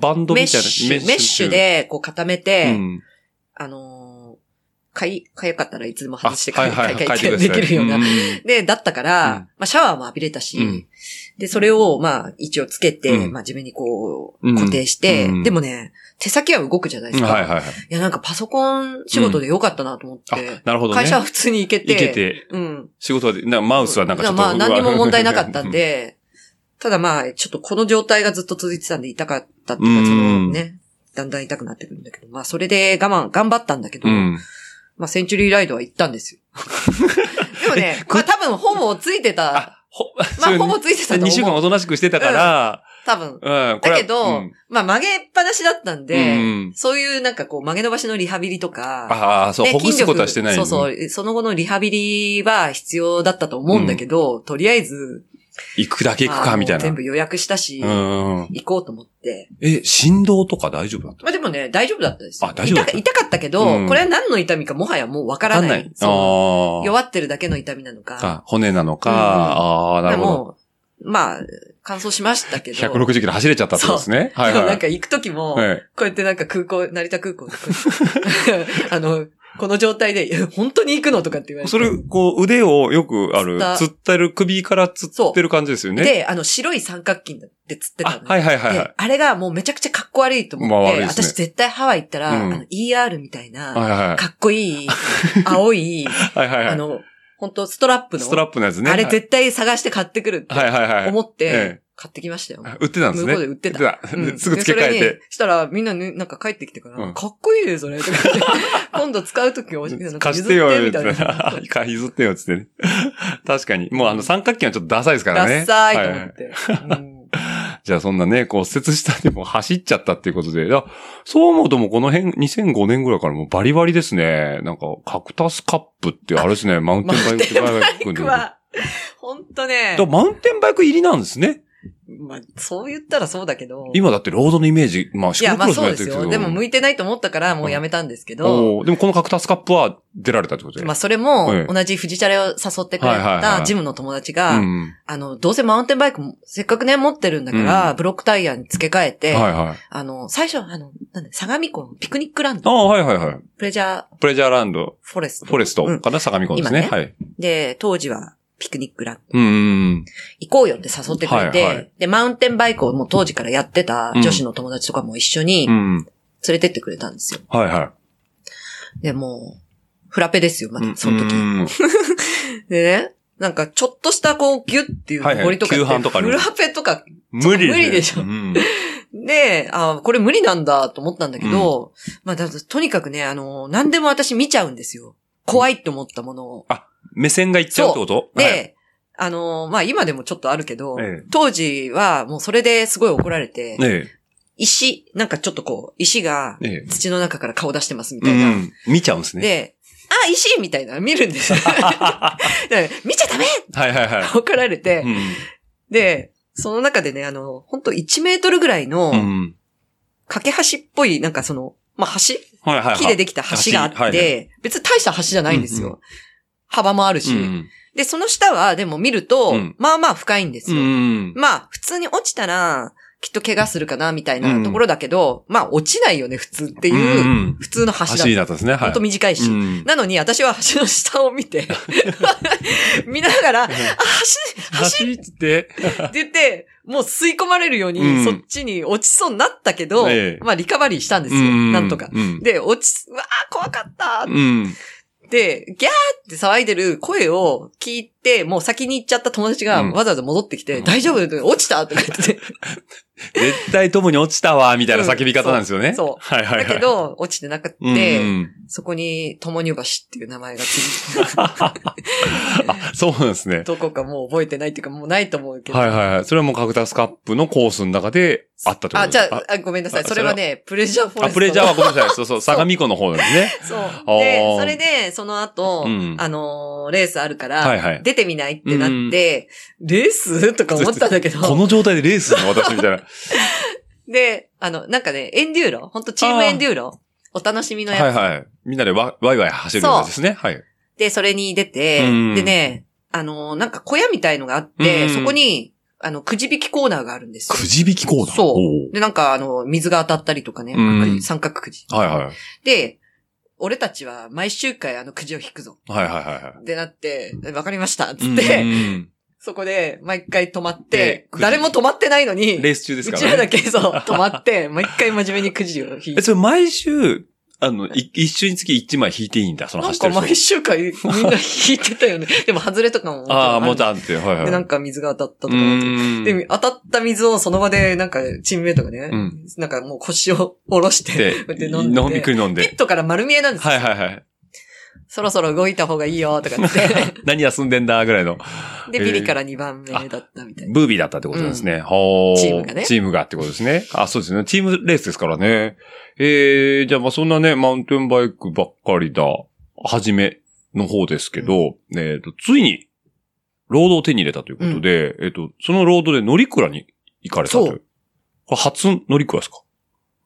バンドメッみたいな。シュ、メッシュ。で、こう固めて、うん。あのー、かい、かゆかったらいつでもあ外してか、はいいか、はいいかはいい。か書いいっててくださでいきるようなうん。で、だったから、うんまあシャワーも浴びれたし、うんで、それを、まあ、一応つけて、うんまあ自分にこうう、ん固定して、うんでもね、手先は動くじゃないでうんすか。はいはいはい。いや、なんかパソコン仕事でよかったなと思って、あ、なるほどね。会社は普通に行けて、行けて、うん。仕事はで、なマウスはなんかちょっと。まあ何にも問題なかったでんで、ただまあ、ちょっとこの状態がずっと続いてたんで痛かったっていうか、そのね、だんだん痛くなってくるんだけど、まあそれで我慢、頑張ったんだけ ど、うん。まあセンチュリーライドは行った んですよ。でもね、まあ多分ほぼついてた、あ、ほ、 まあほぼついてたと2週間思う。おとなしくしてたから、多分。うん、これだはけど、うんまあ曲げっぱなしだったんで、うんそういうなんかこう曲げ伸ばしのリハビリとか、ああ、そう、ねほぐすことはしてない筋よね。力そうそう。その後のリハビリは必要だったと思うんだけど、とりあえず、行くだけ行くか、みたいあのな。全部予約したし、うん。行こうと思って。え、振動とか大丈夫だったまあでもね、大丈夫だったですよ。あ大丈夫だった痛か痛かったけど、うんこれは何の痛みかもはやもうわからない。あそうあ。弱ってるだけの痛みなのか。あ、骨なのか、うんああ、なるほど。もう、まあ、乾燥しましたけど。 160キロ走れちゃったってことですね。はいでもは なんい。か行く時も、はいこうやってなんか空港、成田空港でこうやって あの、この状態で、いや本当に行くのとかって言われて。それ、こう、腕をよくあるつった、つってる、首からつってる感じですよね。で、あの、白い三角筋だって釣ってたのあね、、はいはいはいはであれがもうめちゃくちゃかっこ悪いと思って、まあ悪いですね私絶対ハワイ行ったら、うんあの ER みたいい。はな、いはいかっこ いい、青い、はい。はいはあいはの、本当ストラップい。の、ストラップのやつね。あれ絶対探して買ってくるってはいはいはいはい。思ってえ、買ってきましたよ。売ってたんですね。向こうで売ってたう んすぐ付け替えでそれてに。したら、みんなね、なんか帰ってきてから、うんかっこいいね、それ。とか言って 今度使うとき教えて、なんか貸譲しっててよ、みみたたいいな。な。 いいか、譲ってよ、つってね。 確かに。もうあの、三角形はちょっとダサいですから ダね。ッサーいとは思はって。うんじゃあそんなね、骨折したでも走っちゃったっていうことで、あそう思うともうこの辺、2005年ぐらいからもうバリバリですね。なんか、カクタスカップっていうあれですね、マウンテンバイク大学僕の。は、ほんとだねから、マウンテンバイク入りなんですね。まあ、そう言ったらそうだけど。今だってロードのイメージ、まあ、いシクや、ロクまあロスもそうやでってするけよ。ど。でも向いてないと思ったからもうやめたんですけど、おーでもこのカクタスカップは出られたってことで。まああ、それもええ同じ藤チャレを誘ってくれはいはいはたいジムの友達が、うん。あの、どうせマウンテンバイクもせっかくね持ってるんだから、ブロックタイヤに付け替えて、はいはい。あの、最初、あの、なんだ、相模湖のピクニックランあド、あ、はいはいはい。プレジャープレジャーランド、フォレスト。フォレストうんから相模湖ですね。今はい。で、当時はピクニックランドうんうん行こうよって誘ってくれて、はいはいで、マウンテンバイクをもう当時からやってた女子の友達とかも一緒にうん。うん。連れてってくれたんですよ。はいはで、もう、フラペですよ、まい。だ、その時。うんでね、なんかちょっとしたこう、ギュッっていうはいはい登りとかって、急半とかありフまラすペとか、無理すね無理でしょうんで、あこれ無理なんだと思ったんだけど、まあ、だとにかくね、あの、何でも私見ちゃうんですよ。怖いと思ったものを。目線がいっちゃうってことで、はいあの、まあ、今でもちょっとあるけど、ええ当時はもうそれですごい怒られて、え石、なんかちょっとこう、石がえ、ええ土の中から顔出してますみうたいな。ん。見ちゃうんですね。 で、あ、石みたいな、見るんですよ。だから見ちゃダメはいはいはい。怒られ て、うで、その中でね、あの、本当1メートルぐらいの、ん。うん。架け橋っぽい、なんかその、まあ、橋はいはいはい。木でできた橋があって、橋はいは別に大した橋じゃないんですよ。うんう幅もあるし、うんで、その下は、でも見ると、うんまあまあ深いんですうん。よ。うん。まあ、普通に落ちたら、きっと怪我するかな、みたいなところだけど、まあ、落ちないよね、普通ってういう、ん。普通の橋だった走りだったんですね。はほいんと。短いし。 うんなのに、私は橋の下を 見て、見ながら、あ、橋、橋っ走って、 て言って、もう吸い込まれるように、うんそっちに落ちそうになったけど、ええまあ、リカバリーしたんですよ。うんなんとか。うんで、落ち、うわー、怖かったう。ん。で、ギャーって騒いでる声を聞いて、もう先に行っちゃった友達がうんわざわざ戻ってきて、大丈夫落ちたとか言ってて。絶対ともに落ちたわ、みたいな叫び方なんですよね。うんそうそうはいはいはだい。けど、落ちてなくうん、て、うんそこに、友乳橋って いう名前がつい。あ、そうなんですねどこかもう覚えてないっていうか、もうないと思うけど。はいはいはい。それはもうカクタスカップのコースの中であったってことあ、ですじゃかあ、あごめんなさい。あそれはね、プレジャーフォレストあ、の。プレジャーはごめんなさ い。そうそう、相模湖の方なんですね。そう。であ、ーそれで、その後、うんあのーレースあるから、はいはい出てみないってなって、レースとか思ったんだけこど、の状態でレースの私 みたいな。で、あの、なんかね、エンデューロ、本当チームエンデューロ、お楽しみのやつ、はいはい。みんなでわ、わいわい走るやつですね。はい。で、それに出て、うんでね、あのーなんか小屋みたいのがあっうて、んそこに、あの、くじ引きコーナーがあるんですよ。くじ引きコーナーそうう。で、なんか、あの、水が当たったりとかね、うんなんか三角くじ。はいはい。で、俺たちは毎週回あのくじを引くぞ。はいはいはいはでなって、わかりました。つい。って、うんそこで、毎回止まっでて、くじ誰も止まってないのに、レース中ですうかちららだね。けそう、止まって、毎回真面目にくじを引いえ、て。それ毎週、あの、い一周につき一枚引いていいんだ、そのなん走ってかる毎人。週回みんな引いてたよね。でも、外れとかも。ああ、もうちろんだって、はいるはい。で、なんか、か水が当たったとうか。ーん。で、当たった水をその場で、なんか、チームメイトがね、うんなんかもう腰を下ろして、こうやってで、飲んで飲みくり飲んピッで。トから丸見えなんですよ。はいはいはい。 そろそろ動いた方がいいよ、とか言って。何休んでんだ、ぐらいの。で、ビリから2番目だったみたいな。ブービーだったってことなんですね。ほーチームがねチームがってことですね。あ、そうですね。チームレースですからね。えー、じゃあまあそんなね、マウンテンバイクばっかりだ、はじめの方ですけど、えっと、ついに、ロードを手に入れたということで、えっと、そのロードで乗り倉に行かれたとい。そうこれ初乗り倉ですか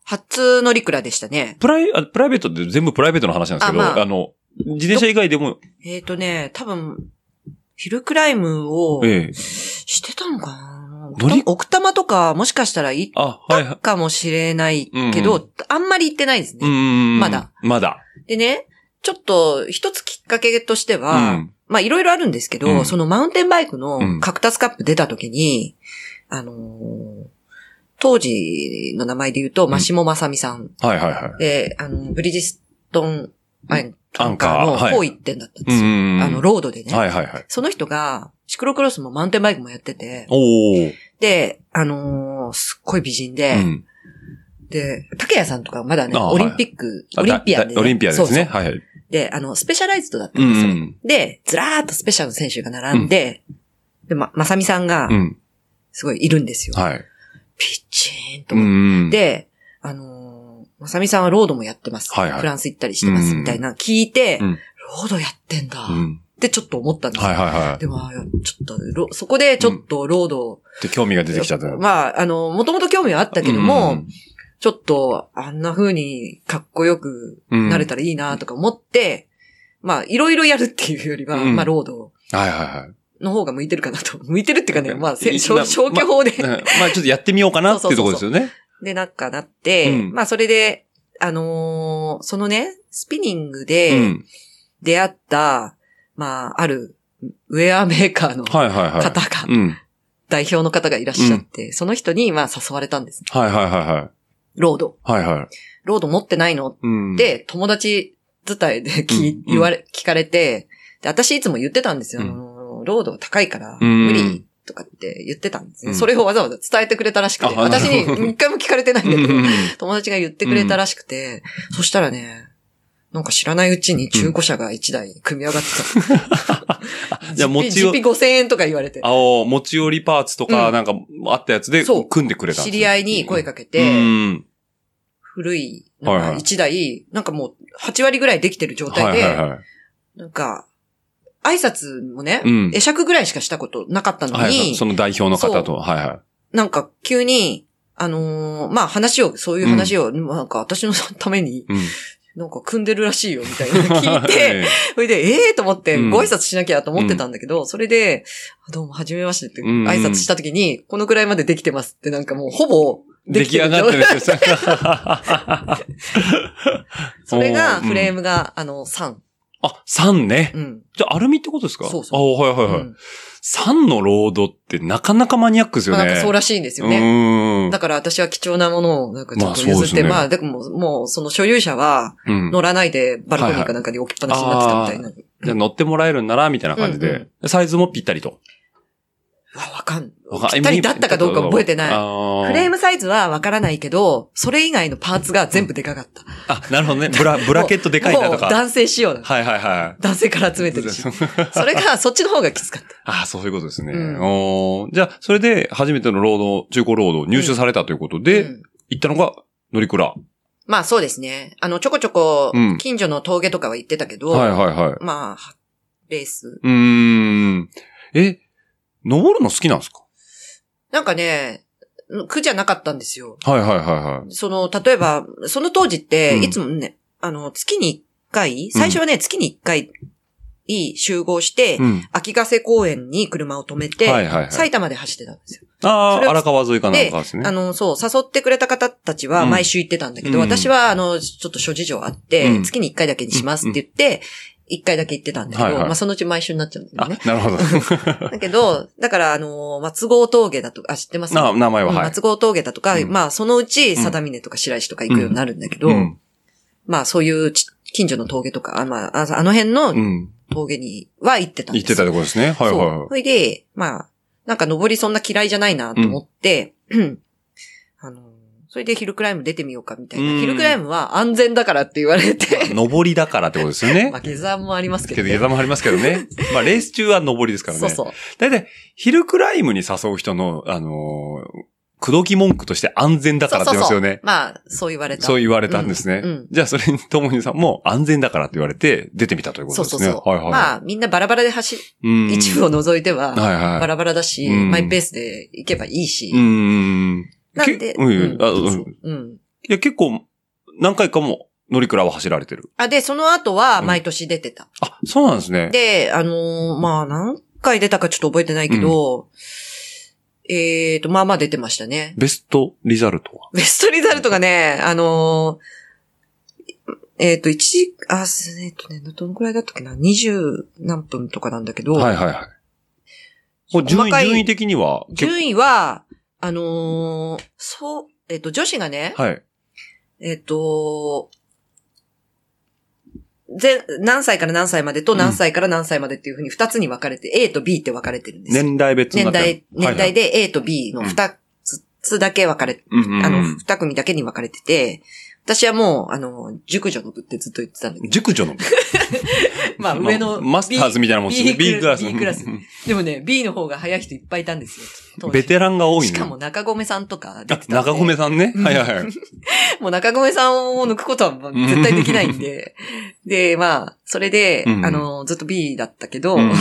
初乗り倉でしたね。プライ、あプライベートで全部プライベートの話なんですけど、ああ,、まあの、自転車以外でも、えっ、とね、多分、ヒルクライムをええしてたのかな、乗り奥多摩とかもしかしたら行っあ、はいはたい。かもしれないけど、うんあんまり行ってないですうーね。ん。まだ。まだ。でね、ちょっと一つきっかけとしてうは、ん。まあいろいろあるんですけど、うんそのマウンテンバイクうんのカクタスカップ出た時に、あのー当時の名前で言うと、マシモマサミさんはいはいはい。で、あの、ブリヂストンアンアアンカーンカーのはい方行ってんだったんでうんすよ。うんうん。あの、ロードでね。はいはいはい。その人が、シクロクロスもマウンテンバイクもやってて、おー。で、あのーすっごい美人で、うん。で、竹谷さんとかまだね、あはいオリンピック、オリンピアンで、だだオリンピアンですそうね。そうはいはい。で、あの、スペシャライズドだったうんですよ。ん。で、ずらーっとスペシャルの選手が並んで、で、ま、まさみさんがう、ん。すごいいるんですよ。はい。ピッチーンとう思ん。、ってで、あのーまさみさんはロードもやってます。はいはいフランス行ったりしてます、みたいな聞いて、うんロードやってんだ、うっん。てちょっと思ったんですよ。はいはいはい。でも、あちょっとロ、そこでちょっとロードを、で、興味が出てきちゃった。まあ、あの、もともと興味はあったけども、うんちょっと、あんな風にかっこよくうんなれたらいいなとか思って、まあ、いろいろやるっていうよりは、うんまあ、ロードはいはいはい。の方が向いてるかなと。向いてるっていうかね、まあ、いせい消な消去法で、だからまあ、ちょっとやってみようかなっていうところですよね。で、なんかなって、うんまあ、それで、あのーそのね、スピニングでん。出会った、まあ、あるウェアメーカーの方はいはいはい。が、うん。代表の方がいらっしゃって、その人に、まあ、誘われたんです。はいはいはいはい。ロード。はいはい。ロード持ってないのっうん。、て、友達伝えでう聞ん、言われ、聞かれて、で、私いつも言ってたんですよ。うんあのロードは高いから、うん無理とかって言ってたんですね。うんそれをわざわざ伝えてくれたらしくて、あなる私ほどに一回も聞かれてないんうだけど、 ん。友達が言ってくれたらしくて、そしたらね、なんか知らないうちに中古車が1台組み上がってた。 じゃあ持ち実よ費5000円とか言われて。青、持ち寄りパーツとか、なんか、あったやつで、そう組んでくれたんですよ。知り合いに声かけて、うん。古い、はいなはんいか1台、なんかもう8割ぐらいできてる状態はいはいで、はい。なんか、挨拶もねうん、会釈ぐらいしかしたことなかったのはいはい。にそ、の代表の方と、はいはい。なんか急に、あのーまあ話を、そういう話を、なんか私のためにうん。なんか組んでるらしいよ、みたいなの聞いて、 えそれで、ええー、と思って、うんご挨拶しなきゃと思ってたんだけど、それで、あどうも、はじめましてってうんうん挨拶した時に、このくらいまでできてますって、なんかもうほぼえ出来上がってるんですよ。 それが、フレーム。ムが、あの、3。あ、3ねう。ん。じゃあ、アルミってことですか。そうそうあ、はいはういはい。ん3のロードってなかなかマニアックですよまあ、ね。なんかそでうらしいんですよね。うんだから私は貴重なものをなんかちょっとまあそう譲でっすねて、まあでももうその所有者はうん。乗らないでバルコニーかなんかに置きっぱなしになってたみたいな。じゃあ乗ってもらえるんなら、みたいな感じうでん。サイズもぴったりと。わわかんわかんぴったりだったかどうか覚えてないあーフレームサイズはわからないけど、それ以外のパーツが全部でかかった。あ、なるほどね。ブ ラ、ブラケットでかいなともか。う男性仕様だ。はいはいはい。男性から集めてるし。それが、そっちの方がきつかった。 ああ、そういうことですね。うんおーじゃあ、それで初めての労働、中古労働を入手されたということで、うん行ったのが、乗りクラ。まあそうですね。あの、ちょこちょこうん、近所の峠とかは行ってたけど、はいはいはい。まあ、レース。うーん。え、登るの好きなんですかなんかね、苦じゃなかったんですよ。はいはいはいはい。その、例えば、その当時って、うんいつもね、あの、月に1回、最初はね、月に1回、いい集合して、うん。秋ヶ瀬公園に車を止めて、はいはいはい埼玉で走ってたんですよ。あそれあ、を荒川沿いかなんかですあね。の、そう、誘ってくれた方たちはうん毎週行ってたんだけど、うん私は、あの、ちょっと諸事情あって、うん月に1回だけにしますって言って、一1回だけ行ってたんだけど、はいはいまあ、そのうち毎週になっちゃうんだあよね。、なる ほど。だけど、だから、あの、松郷峠だとか、あ、知ってますな、名前うは、んはい。松郷峠だとか、うんまあ、そのうち、貞峰とか白石とか行くようになるんだけど、うん。まあ、そういうち近所の峠とか、あまあ、ああの辺うのん。峠には行ってたんで行っすよてたとこですね。はいはいそうはそれで、まあ、なんか登りそんな嫌いじゃないなと思って、 あの、それでヒルクライム出てみようかみたいな。うんヒルクライムは安全だからって言われい。 て、登りだからってことですよね まあ、。下山もありますけけど、ど、ね。下山もありますけど ね。まあ、レース中は登りですからね。そうそう。大体、ヒルクライムに誘う人の、あのー、口説き文句として安全だからって言いますよね。まあ、そう言われた。そう言われたんですね。うんうんじゃあ、それにともにさんも安全だからって言われて出てみたということそうですそうね。そう。はいはい。まあ、みんなバラバラで走、うん一部を除いては、はいはい。バラバラだし、うんマイペースで行けばいいし。うん。なんで、けうんうんあうんそううんいや、結構、何回かも、乗りクラは走られてる。あ、で、その後は毎年出てた。あ、そうなんですね。で、あのーまあ、何回出たかちょっと覚えてないけど、えーと、まあまあ出てましたね。ベストリザルトは。ベストリザルトがね、あのーえっ、と、一あ、すえっ、とね、どのくらいだったっけな、二十何分とかなんだけど、はいはいはい。これ順細位、かい順位的には、結順位は、あのーそう、えっ、と、女子がね、構はい。えっ、と、ぜ、何歳から何歳までとうん何歳から何歳までっていうふうに二つに分かれて、A と B って分かれてるんですよ年代別にな年ってる代、年代で、で A と B の二つだけ分かれ、うんうんうんあの、二組だけに分かれてて、私はもう、あの、熟女の部ってずっと言ってたんだけ熟女の。ど、 まあ上の、マスターズみたいなもんですね。 B B クラス。 B クラスうんうんでもね、B の方が早い人いっぱいいたんですよ。当時ベテランが多いね。しかも中込さんとか出あて、たん中で込さんね。はいはいはい。もう中込さんを抜くことはもう絶対できないん で。で、まあ、それで、うんあの、ずっと B だったけど、うん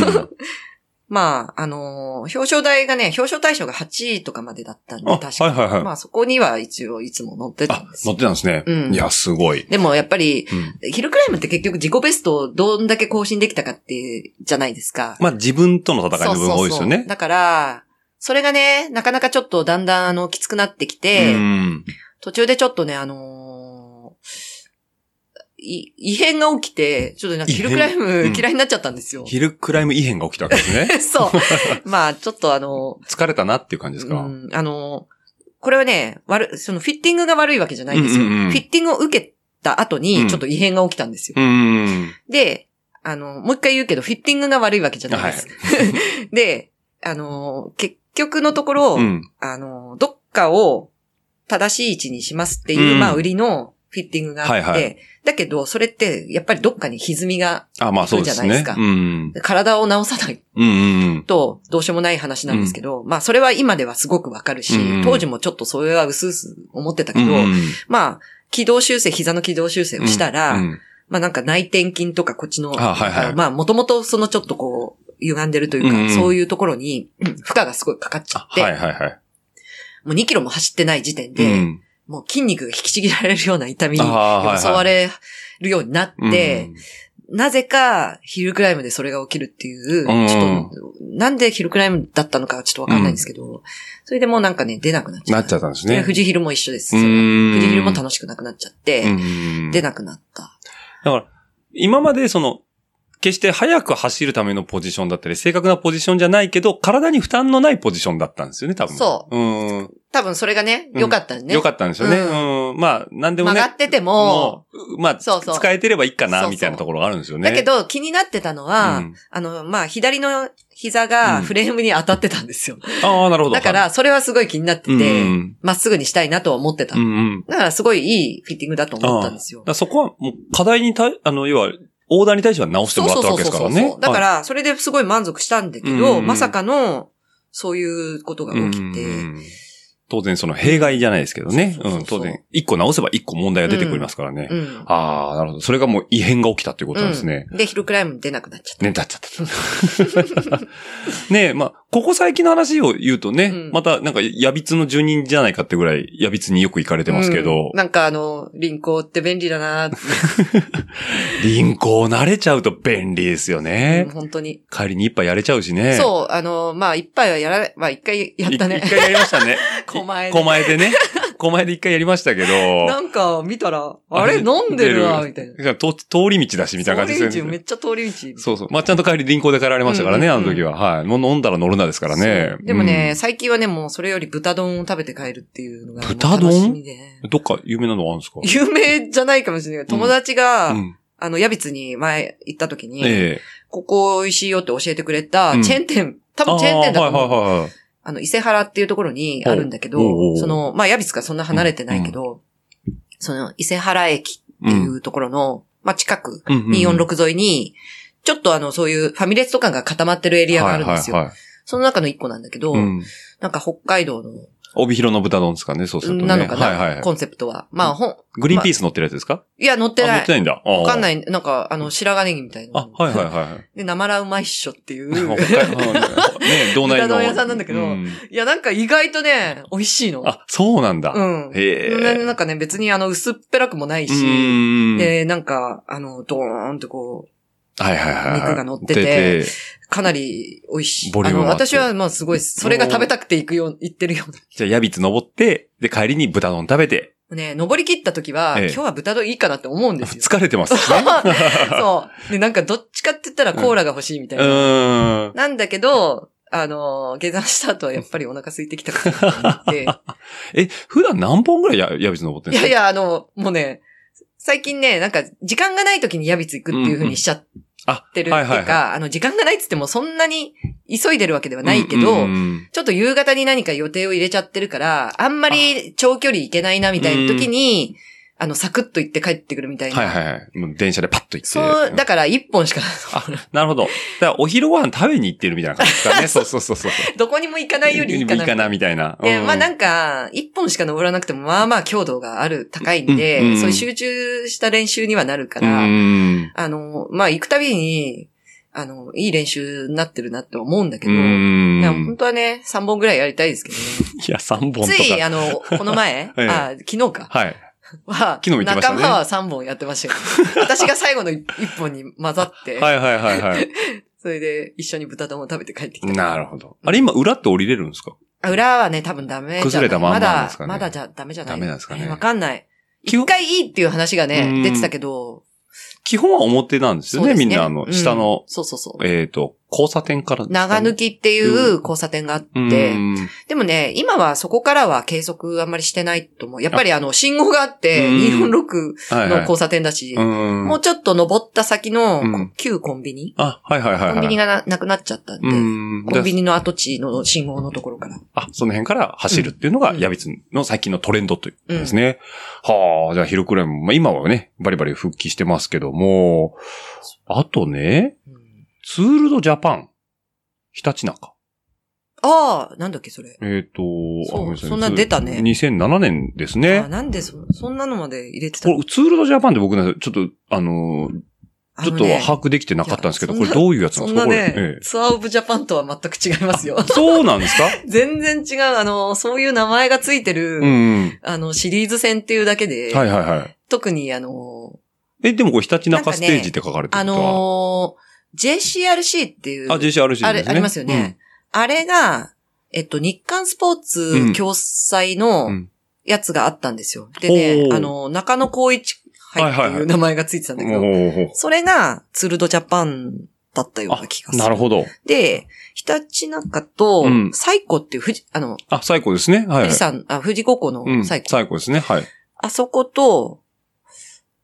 まあ、あの、表彰台がね、表彰対象が8位とかまでだったんで、あ、確かはいはいまはい。あそこには一応いつも乗ってあたんで、す乗っよ。てたんですねう。んいや、すごい。でもやっぱり、うんヒルクライムって結局自己ベストをどんだけ更新できたかって、じゃないですか。まあ、自分との戦いの部分が多いですよね。だから、それがね、なかなかちょっとだんだんあの、きつくなってきて、うん途中でちょっとね、あのーい異変が起きて、ちょっとなんか異ヒ変ルクライうムん嫌いになっちゃったんですよ。ヒルクライム異変が起きたわけですね。 そう。まあ、ちょっとあの、疲れたなっていう感じですうか。ん、あの、これはね、悪い、そのフィッティングが悪いわけじゃないんですよ。うんうんうんフィッティングを受けた後うんに、ちょっと異変が起きたんですよ。うん。で、あの、もう一回言うけど、フィッティングが悪いわけじゃないです。 で、あの、結局のところ、うん。あの、どっかを正しい位置にしますっていう、うんまあ、売りのフィッティングがあって、はいはいだけど、それって、やっぱりどっかに歪みが、あ、まあそうですそうじゃないでねす。かうん。体を治さないうんうんと、どうしようもない話なんですけど、まあ、それは今ではすごくわかるし、うんうん当時もちょっとそれは薄々思ってうたけん。ど、うんまあ、軌道修正、膝の軌道修正をしたら、うんまあなんか内転筋とかこっちの、あはいはいあまあもともとそのちょっとこう、歪んでるというか、うんうんそういうところに、うん負荷がすごいかかっちゃあって、はいはいはい。もう2キロも走ってない時点で、うんもう筋肉が引きちぎられるような痛みにあーはいはい襲われるようになって、なぜかヒルクライムでそれが起きるっていう、うんちょっと、なんでヒルクライムだったのかちょっとわかんないんですけど、それでもうなんかね、出なくなっうちんゃなっっちゃた。ったんですそれね。富士ヒルも一緒です。う富ん士ヒルも楽しくなくなっちゃって、うん出なくなった。だから、今までその、決して速く走るためのポジションだったり、正確なポジションじゃないけど、体に負担のないポジションだったんですよね、多分。。そううん。多分それがね、良かったね。よかったんですよね。ううん。まあ、なんでも曲ね。がっててもも、う、まあ、そうそう使えてればいいかそうそな、うみたいなところがあるんですよね。だけど気になってたのは、うんあの、まあ、左の膝がフレームに当たってたんですよ。ああ、なるほど。だから、それはすごい気になってうん、て、うんまっすぐにしたいなとは思ってた。うんうん。だかだから、すごいいいフィッティングだと思ったんですよ。らそこはもう課題に対、あの、要は、オーダーに対しては直してもらったわけですからね。だかはい、ら、それですごい満足したんだけうんうんど、うんまさかの、そういうことがうん起うんきて、うん当然その弊害じゃないですけどね。、そうそうそううそうん当然。一個直せば一個問題が出てくりますからね。うん。ああ、なるほど。それがもう異変が起きたっていうことなんですね。うんで、ヒルクライム出なくなっちゃった。ね、だっちゃった。ねえ、まあ、ここ最近の話を言うとね、うんまたなんか、やびつの住人じゃないかってぐらい、やびつによく行かれてますけど、うんなんかあの、輪行って便利だなって、輪行慣れちゃうと便利ですよねうん。本当に。帰りに一杯やれちゃうしね。そう、あの、まあ、一杯はやら、まあ、一回やったいね。一。回やりましたね 狛江で狛江でね。狛江で一回やりましたけ など。んか、見たら、あれ、飲んでるわ、みたいな。と通り道だし、みたいな感じ通でりすよ道、めね。っちゃ通り道。そうそう。まあ、ちゃんと帰り輪行で帰られましたからね、うんあうんうんの時は。はい。もう飲んだら乗るなですからねそ。うでもね、うん最近はね、もうそれより豚丼を食べて帰るっていうのがもう豚丼楽しみで。どっか有名なのあるんですか有名じゃないかもしれないけど、友達が、うんあの、ヤビツに前行った時に、ええ。ここ美味しいよって教えてくれたチェーン店、多分チェーン店だと思う。あーはいはいはいはい。あの、伊勢原っていうところにあるんだけおうおうおど、うその、まあ、ヤビツからそんな離れてないけど、その、伊勢原駅っていうところの、まあ、近く、うんうん246沿いに、ちょっとあの、そういうファミレスとかが固まってるエリアがあるんですよ。はいはいその中の一個なんだけど、はい。うん。なんか北海道の帯広の豚丼ですかね、そうするとね。なのかな、はいはいはい。コンセプトは。まあ、ほん、グリーンピース乗ってるやつですかいや、乗ってあな乗ってい。ないんだ。わわ。かんないい。なんか、あの、白髪ネギみたいなあ、。はいはいはいはい。 で、生ラうまいっしょっていう。 北海道ね、道内の。 豚丼屋さんなんだけどういや、なんか意外とね、美味しいの。あ、そうなんだ。うん。へえ。ななんかね、別にあの、薄っぺらくもないし、うんで、なんか、あの、ドーンってこう、はいはいはいはい。肉が乗っててかなり美味しい。ボリュームあのもあって私は、まあ、すごい、それが食べたくて行くよう、行ってるような。じゃあ、ヤビツ登って、で、帰りに豚丼食べて、ね、登り切った時は、ええ今日は豚丼いいかなって思うんですよ。 疲れてますしね。そう。で、なんかどっちかって言ったらコーラが欲しいみたいうな。ーん。なんだけど、あのー、下山した後はやっぱりお腹空いてきたから って言っえ、普段何本ぐらいやヤビツ登ってて。んいですかやい や、あの、もうね、最近ね、なんか時間がない時にヤビツ行くっていう風にしちゃっあ、てるっていうか、はいはいはあの、時間がないっつってもそんなに急いでるわけではないけど、うんうんうんちょっと夕方に何か予定を入れちゃってるから、あんまり長距離行けないなみたいな時に、あの、サクッと行って帰ってくるみたいな。はいはいはい。もう電車でパッと行って。そう、だから一本しか、 なるほど。だから、お昼ご飯食べに行ってるみたいな感じですか ね。そうそうそうそう。どこにも行かないよりいいかなみたいな。みたいな。で、まあなんんか、一本しか登らなくても、まあまあ強度がある、高いんで、うんうんそういう集中した練習にはなるかうら、ん。あの、まあ行くたびに、あの、いい練習になってるなって思うんだけうど、ん。いや本当はね、3本ぐらいやりたいですけどね。いや、3本とか。つい、あの、この前、 ええあ昨日か、はい。は、昨日も言ってましたね仲間は3本やってましたよ。 私が最後の1本に混ざって、はいはいはい はい。それで一緒に豚丼を食べて帰ってきた。なるほど。あれ今、裏って降りれるんですかあ裏はね、多分ダメじゃない。崩れたまんまなんですかねまだ、まだじゃ、ダメじゃない。ダメなんですかねえわかんない。基本一回いいっていう話がうね、ん出てたけど。基本は表なんですよそうね、ですみんな、あのう、ん下の、そうそうそう。えっと、交差点からです長かね。抜きっていう交差点があっうんて、でもね、今はそこからは計測あんまりしてないと思う。やっぱりあの、信号があって、うん246はいのはい。交差点だし、うんもうちょっと登った先のうん旧コンビニ、あ、はいはいはいはい。コンビニがななくなっちゃったんで、うん。コンビでニの跡地の信号のところから。あ、その辺から走るっていうのが、うんヤビツの最近のトレンドということですね。はあ、じゃあ、ヒルクライム、まあ今はね、バリバリ復帰してますけども、あとね、うんツールドジャパン、ひたちなか。ああ、なんだっけ、それ。えっ、と、そうあごめさいそんな出たね2007年ですあね。なんでそ、そんなのまで入れてたこのれ、ツールドジャパンで僕ね、ちょっと、あのーあちょのっとね把握できてなかったんですけど、いやこれどういうやつなそんんですなかこれ。ねえ、ツアーオブジャパンとは全く違いますよ。えそうなん ですか全然違う、あの、そういう名前がついてうる、んうん。あの、シリーズ戦っていうだけで、はいはいはい。特にあの、え、でもこれ、ひたちなかステージって書かれてあることは。の、JCRC っていう、あ、JCRC ですね。あれ、ありますよね。あれが、えっと、日刊スポーツ共催うのんやつがあったんですよ。でねほ、うあの、中野光一杯ってはいはいいはうい名前がついてたんうだん。けど、おーそれがツールドジャパンだったような気がする。なるほど。で、ひたちなかとうん、サイコっていう富士、あの、あ、最高ですね。はい、は富い士。山、あ、富士高校うん、のサイ最コ。高ですね。はい。あそこと、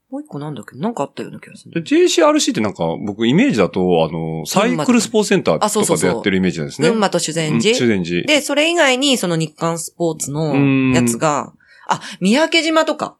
もう一個なんだっけなんかあったような気がすでる。 JCRC ってなんか、僕イメージだと、あの、サイクルスポーツセンターあそうとそかうそでうやってるイメージなんですね。群馬と修善寺うん。修善寺。で、それ以外に、その日刊スポーツのやつが、あ、三宅島とか。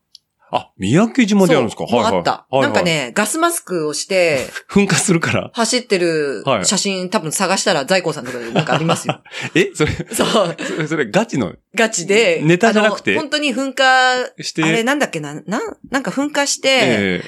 あ、三宅島であるんですかそうはいはい。あった、はいはいなんか。ね、ガスマスク をして、噴火するから。走ってるはい写真、多分探したら在庫さんとかでなんかありま すよ。えそれ、そう。それ、そ れガチのガチで。ネタじゃなくてあの本当に噴火、して。あれなんだっけな、なん、なんか噴火して、え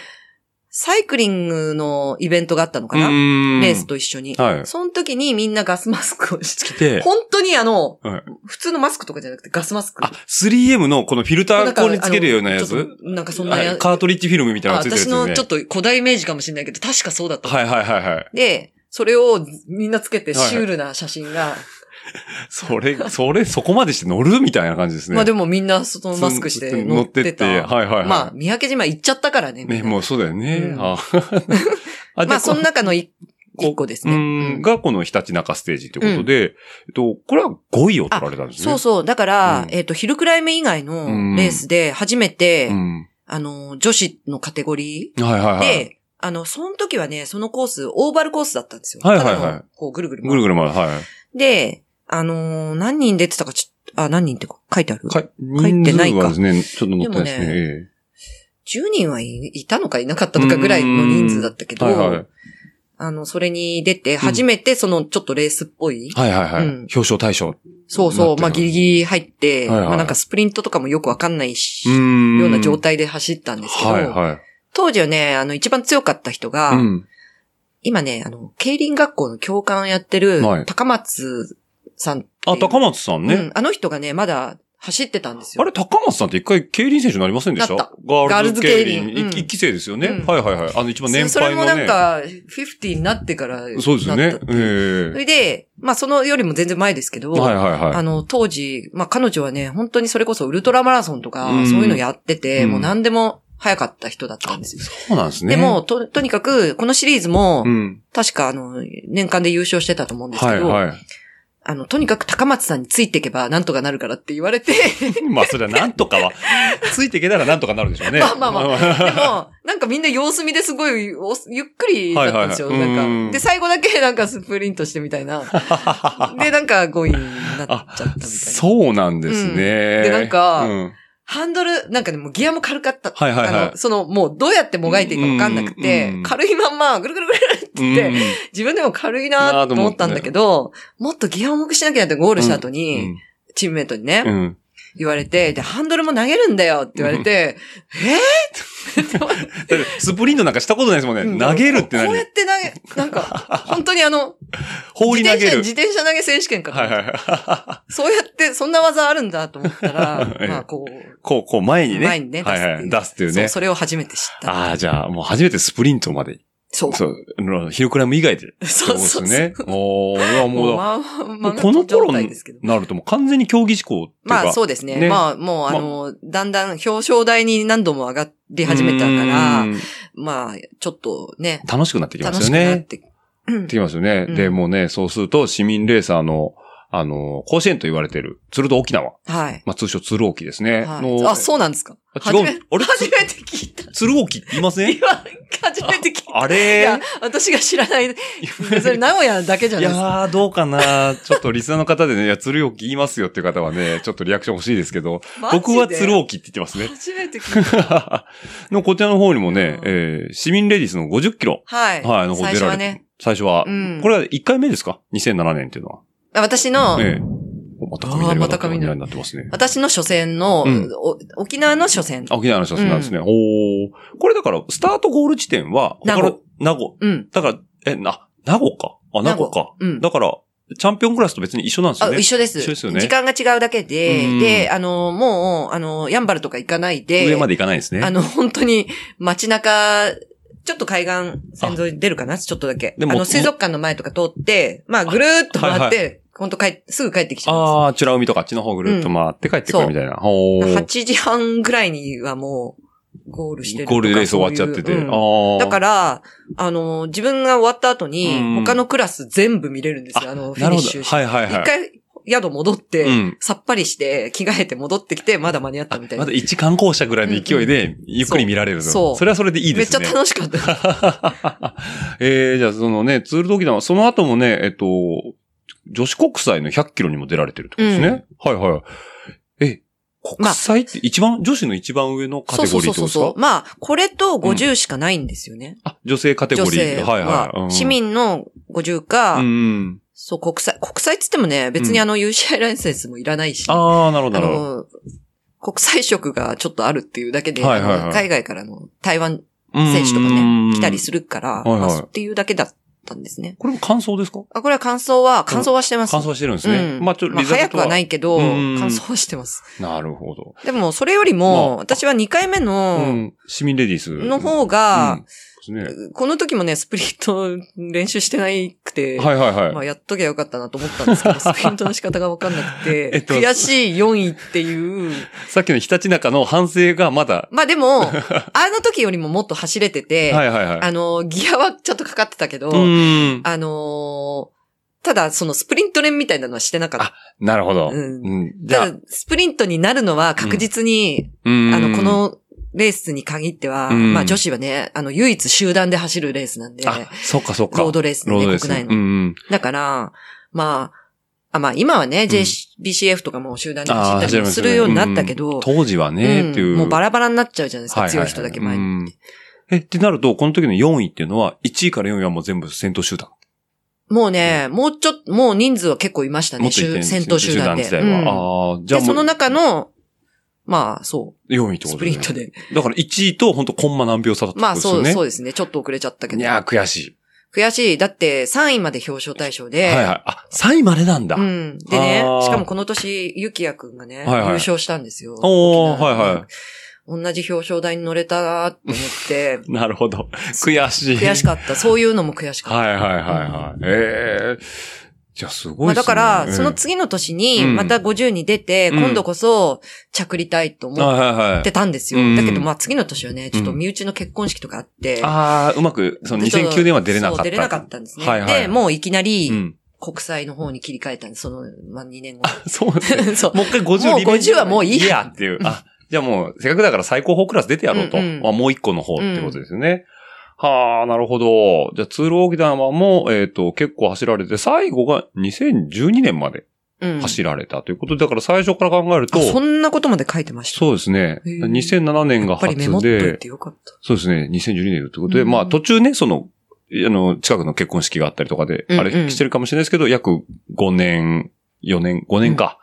サイクリングのイベントがあったのえかな、ーレースと一緒に。はいその時にみんなガスマスクをして、来て、本当にあの、はい普通のマスクとかじゃなくてガスマスク。あ、3M のこのフィルターこうにつけるようなやなんかつあのちょっとなんかそんなやあカートリッジフィルムみたいあなのがついてるや私つですね。のちょっと古代イメージかもしれないけど、確かそうだった。はいはいはいはい。で、それをみんなつけてはいシュールな写真が、それ、それ、そこまでして乗るみたいな感じですね。まあでも、もみんなそのマスクして乗ってた。はいはいはい。まあ、三宅島行っちゃったからね。みんね、なもうそうだようね。んあ あまあ、そのな中のいこ一個ですうね。うんんが、このひたちなかステージということで、えっと、これは5位を取られたんですね。そうそう。だからう、んえっと、ヒルクライム以外のレースで初めてう、ん。あの、女子のカテゴリはいはいーはい。で、あの、その時はね、そのコース、オーバルコースだったんですよ。はいはいはいただのこう、ぐるぐる。ぐるぐる回る。はい。で、あのー何人出てたかちょっと、あ、何人って書いてあるか書い人てない数かがですね、ちょっと載ってないですね。でもねええ ?10 人はいいたのかいなかったのかぐらいの人数だったけど、はいはい。あの、それに出て、初めてそのちょっとレースっぽい、はいはいはい。うん表彰対象。そうなってそう、るまあギリギリ入って、はいはいまあなんかスプリントとかもよくわかんないし、んような状態で走ったんですけど、はいはい。当時はね、あの一番強かった人が、うん。今ね、あの、競輪学校の教官をやってるはい、高松さんっていうあ、高松さんね。うんあの人がね、まだ走ってたんですよ。あれ、高松さんって一回競輪選手になりませんでしたなったガールズ競ガールズ輪。競輪いうん一期生ですよね。うんはいはいはい。あの、一番年そそれ配のもなんね。か、50になってからなったってい。そうですよね。えそえれで、まあそのよりも全然前ですけど、はいはいはい。あの、当時、まあ彼女はね、本当にそれこそウルトラマラソンとか、うんそういうのやってて、うんもう何でも早かった人だったんですよ。そうなんですね。でも、と、とにかく、このシリーズも、うん。確かあの、年間で優勝してたと思うんですはけいど、はあの、とにかく高松さんについていけばなんとかなるからって言われて、い。まあ、それはなんとか は、ついていけたらなんとかなるでしょうね。まあまあまああ。でも、なんかみんな様子見ですごい、おゆっくりだったんですよ。はいはいはいなんうか。んで、最後だけなんかスプリントしてみた いな。で、なんか5位になっちゃったみたいな。そうなんですね。んでなんかうんハンドル、なんかね、もうギアも軽かった。はいはいはいあの、その、もうどうやってもがいていいかわかんなくうんうんてう、ん軽いまんま、ぐるぐるぐるって言って、自分でも軽いなと思ったんだけど、もっとギア重くしなきゃなってゴールした後うんに、チームメイトにね、うんうん。言われて、で、ハンドルも投げるんだよって言われて、だってスプリントなんかしたことないですもうんんね。投げるってこうや何って投げ、な んか、本当にあの、放り投げる自。転車、自転車投げ選手権か。はいはいはい。、そうやって、そんな技あるんだと思ったら ええまあこう、こう、こう前にね。前にねはいはい。出すっていうそう、ね。それを初めて知った。ああ、じゃあ、もう初めてスプリントまで。そう。そう。あのヒルクライム以外で。そそうそううでそすうね。。おー、俺はもうだ、まあまあ、この頃状態にですけどなるともう完全に競技志向っていうか。まあそうですね。ねまあもうあの、だんだん表彰台に何度も上がり始めたから、うんまあちょっとね、楽しくなってきま楽すしよくなっね。て。うんできますよね。うんで、もうね、そうすると市民レーサーの、あの、甲子園と言われてる、鶴戸沖縄。はい。まあ通称鶴沖ですね。はいのあ、そうなんですか。あ違う初めあれ初めて聞い た。鶴沖って言いません 今、初めて聞いた。あいれや、私が知らない。それ名古屋だけじゃいないですか。やー、どうかなちょっとリスナーの方でね、いや、鶴沖言いますよっていう方はね、ちょっとリアクション欲しいですけど、マジで僕は鶴沖って言ってますね。 初めて聞いた。の、こちらの方にもね、うんえー、市民レディースの50キロ。はい。はい、の方最出初られて。はね。最初は、うんこれは1回目ですか ?2007 年っていうのは。私の、ええ。おまたあー雷まがた鳴雷になってますね。私の初戦の、うんお沖縄の初戦。あ沖縄の写真なんですね。おおーこれだから、スタートゴール地点は、他名護の、名護。うん。だから、え、な、名護か。あ、名護か。うん。だから、チャンピオンクラスと別に一緒なんですあよね。一緒です。一緒ですよね時間が違うだけで、うんで、あの、もう、あの、ヤンバルとか行かないで、上まで行かないですね。あの、本当に街中、ちょっと海岸線沿いに出るかなちょっとだけ。でもあの、水族館の前とか通って、まあ、ぐるーっと回あはっいて、本当帰っすぐ帰ってきちゃいまああ、チュラ海とかあっちの方ぐるっと回って帰ってくるみたいな。ほす。ー。 8時半ぐらいにはもう、ゴールしてるとか。ゴールデンレース終わっちゃってて。そういううんだから、あの、自分が終わった後に、うん他のクラス全部見れるんですよ。あの、フィなるニッほシど。ュしてはいはい一はい。回宿戻って、うんさっぱりして、着替えて戻ってきて、まだ間に合ったみたいな。まだ一観光者ぐらいの勢いで、ゆっくり見られるの。そうそれはそれでいいですね。めっちゃ楽し かった。えー、じゃあそのね、ツールドキダはその後もね、えっと、女子国際の100キロにも出られてるってことですね。はいはい。え、国際って一番、女子の一番上のカそうテそゴうリーそっうてことそうですかそう。まあ、これと50しかないんですよね。あ、女性カテゴ女リー。性はいはい。うはん。市民の50か、うん。そう、国際、国際っつってもね、別にあの UCI ライセンスもいらないし、あああ、なるほど、なるほど。の、国際色がちょっとあるっていうだけで、はいはいはいあの海外からの台湾うん選手とかね、来たりするから、いはいまあっていうだけだったんですね。これも感想ですかあ、これは感想は、感想はしてます。感想はしてるんですね。うんまあちょっとまあ、リザ早ルくトは。はないけど、うん感想はしてます。なるほど。でも、それよりまもあ、私は2回目うの、ん。市民レディース。の方が、うんですね。この時もね、スプリント練習してないくて、はいはいまはあ、い。やっときゃよかったなと思ったん ですけど、スプリントの仕方がわかんなくて、えっと悔しい4位っていう。さっきのひたちなかの反省がまだ。まあで も、あの時よりももっと走れてて、はいはいはい。あの、ギアはちょっとかかってたけど、うん。あのーただ、そのスプリント練みたいなのはしてなかった。なるほど。うんうん。じゃたあだ、スプリントになるのは確実に、うんあの、こ、のレースに限っては、うんまあ女子はね、あの、唯一集団で走るレースなんで、あ、そっかそっか。ロードレースローね、ド国です内ね。うの。んうん。だから、まあ、あまあ今はね、JBCF とかも集団で走ったりもするようになったけうんど、当時はうね、んっていう。もうバラバラになっちゃうじゃないですか、はいはい強はい人だけ前うに。んえ、ってなると、この時の4位っていうのは、1位から4位はもう全部先頭集団。もうね、もうちょっと、もう人数は結構いましたもね、っといってん集です先頭集団で。自体うんは。ああ、じゃあもで、そのう中の、まあそ4位ってこう、スとプですリねントで。だから1位と本当コンマ何秒差だったってまことであすそよう、ね。そううですね、ちょっと遅れちゃったけいど。やー、悔しい。悔しい。だって3位まで表彰対象で、はいはい。あ、3位までなんだ。うん。でねあー、しかもこの年、ゆきやくんがはね、いはい優勝したんですよ。おー沖縄ではいはい同じ表彰台に乗れたなって思って、なるほど。悔しい。悔しっかった。そういうのも悔しかった。はいはいはいはい。ええじゃあすごいまあですだね。から、うんその次の年に、うんまた50に出て、うん今度こそ、着りたいと思っはいはいはいて。たんですよ。うんだけど、まあ次の年はね、ちょっとうん身内の結婚式とかあって、ああ、うまく、そのでちょっと2009年は出れなかった。そう出れなかったんですね。はいはいで、もういきなうり、ん。国際の方に切り替えたんです。その、まあ2年後。そうですね。そう。もう一回50 もうリベンジ50はもういいいやっていう。あ、じゃあもう、せっかくだから最高峰クラス出てやろうと。うんうんまあもう一個の方ってことですよね。はあ、なるほど。じゃあ、ツールオーギダーマンも、えっ、と、結構走られて、最後が2012年までうん走られたということで、だから最初から考えると、あそんなことまで書いてました。そうですね。へー2007年がやっぱ初りメモっといで、てよかった。そうですね、2012年ということで、うんまあ途中ね、その、あの、近くの結婚式があったりとかで、うんうんあれしてるかもしれないですけど、約5年、4年、5年か、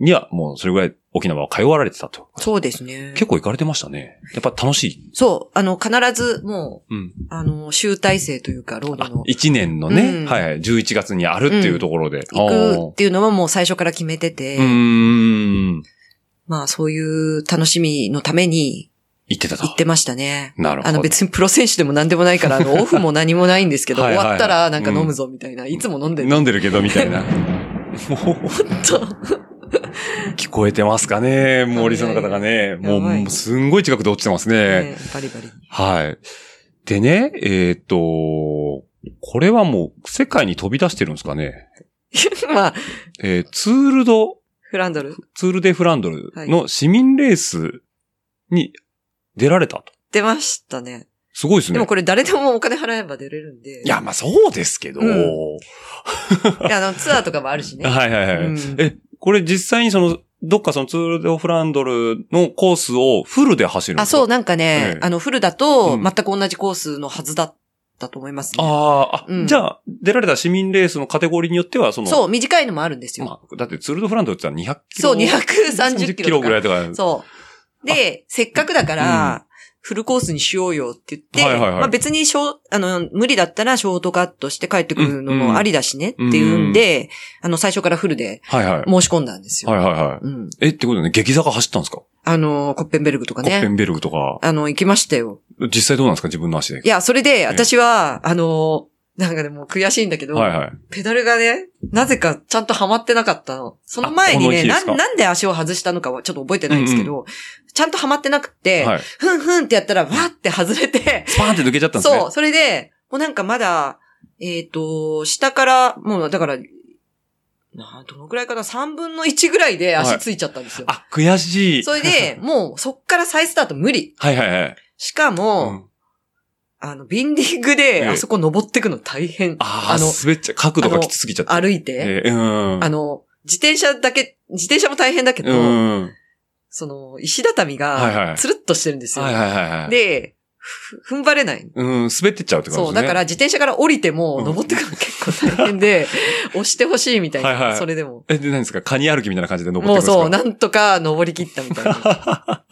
にはもうそれぐらい沖縄を通われてたと。そうですね。結構行かれてましたね。やっぱ楽しい。そう、あの、必ずもう、うんあの、集大成というか、ロードあの、 1年のね、うんはいはい、11月にあるっていうところで。あ行くっーていうのはもう最初から決めてて、うーん。まあそういう楽しみのために行ってたと行っ。てましたね。なるほど。あの別にプロ選手でも何でもないから、あの、オフも何もないんですけど、はいはい終わったらなんか飲むぞみたいな、いつも飲んでる。飲んでるけど、みたいな。もうと聞こえてますかね森さんの方がね。もう、やばいもうすんごい近くで落ちてますね。ねバリバリ。はい。でね、えーっ、と、これはもう世界に飛び出してるんですかね。 まあ、えーツールド、フランドルツールデフランドルの市民レースに出られたと。出ましたね。すごいですでねも。これ誰でもお金払えば出れるんで。いや、まあそうですけど。うんはいや、あの、ツアーとかもあるしね。いはいはい。うんえ、これ実際にその、どっかそのツールドフランドルのコースをフルで走るんであ、すかそう、なんかえねえ、あの、フルだと、うん全く同じコースのはずだったと思いますね。あーあ、うんじゃあ、出られた市民レースのカテゴリーによっては、その、そう、短いのもあるんですよ。まあ、だってツールドフランドって言ったら200キロ。そう、230キロとか。ぐらいとか。そう。で、せっかくだから、フルコースにしようよって言って、はいはいはいまあ別にショーあの、無理だったらショートカットして帰ってくるのもありだしねっていうんで、あの、最初からフルではいはい。申し込んだんですよ。はいはいはい。うん。え、ってことでね、激坂走ったんですかあの、コッペンベルグとかコッペね。ンベルグとか。あの、行きましたよ。実際どうなんですか自分の足でい。や、それで、私は、あの、なんかでも悔しいんだけど、はいはい。ペダルがね、なぜかちゃんとはまってなかったの。その前にあこのね、日でなすかんなんで足を外したのかはちょっと覚えてないんですけど、ちゃんとはまってなくて、はい。ふんふんってやったら、わーって外れて、スパーンって抜けちゃったんですね。そう、それで、もうなんかまだ、えっ、と、下から、もうだから、などのくらいかな、3分の1ぐらいで足ついちゃったんですよ。あ、悔しい。それで、もうそっから再スタート無理。はいはいはい。しかも、うんあの、ビンディングええで、あそこ登ってくの大変。ああ、あの滑っちゃ、角度がきつすぎちゃった。歩いて、えーうん。あの、自転車だけ、自転車も大変だけど、うん。その、石畳はいはいが、つるっとしてるんですよ。はいはいはいはい。、で、ふ踏ん張れない。うん、滑ってっちゃうって感じでそすう、ね。だから自転車から降りても、うん登ってくるの結構大 変で、押してほしいみたいな、はいはいそれでも。え、で、何ですかカニ歩きみたいな感じで登ってもうくるんですかそう、なんとか登り切った みたいな。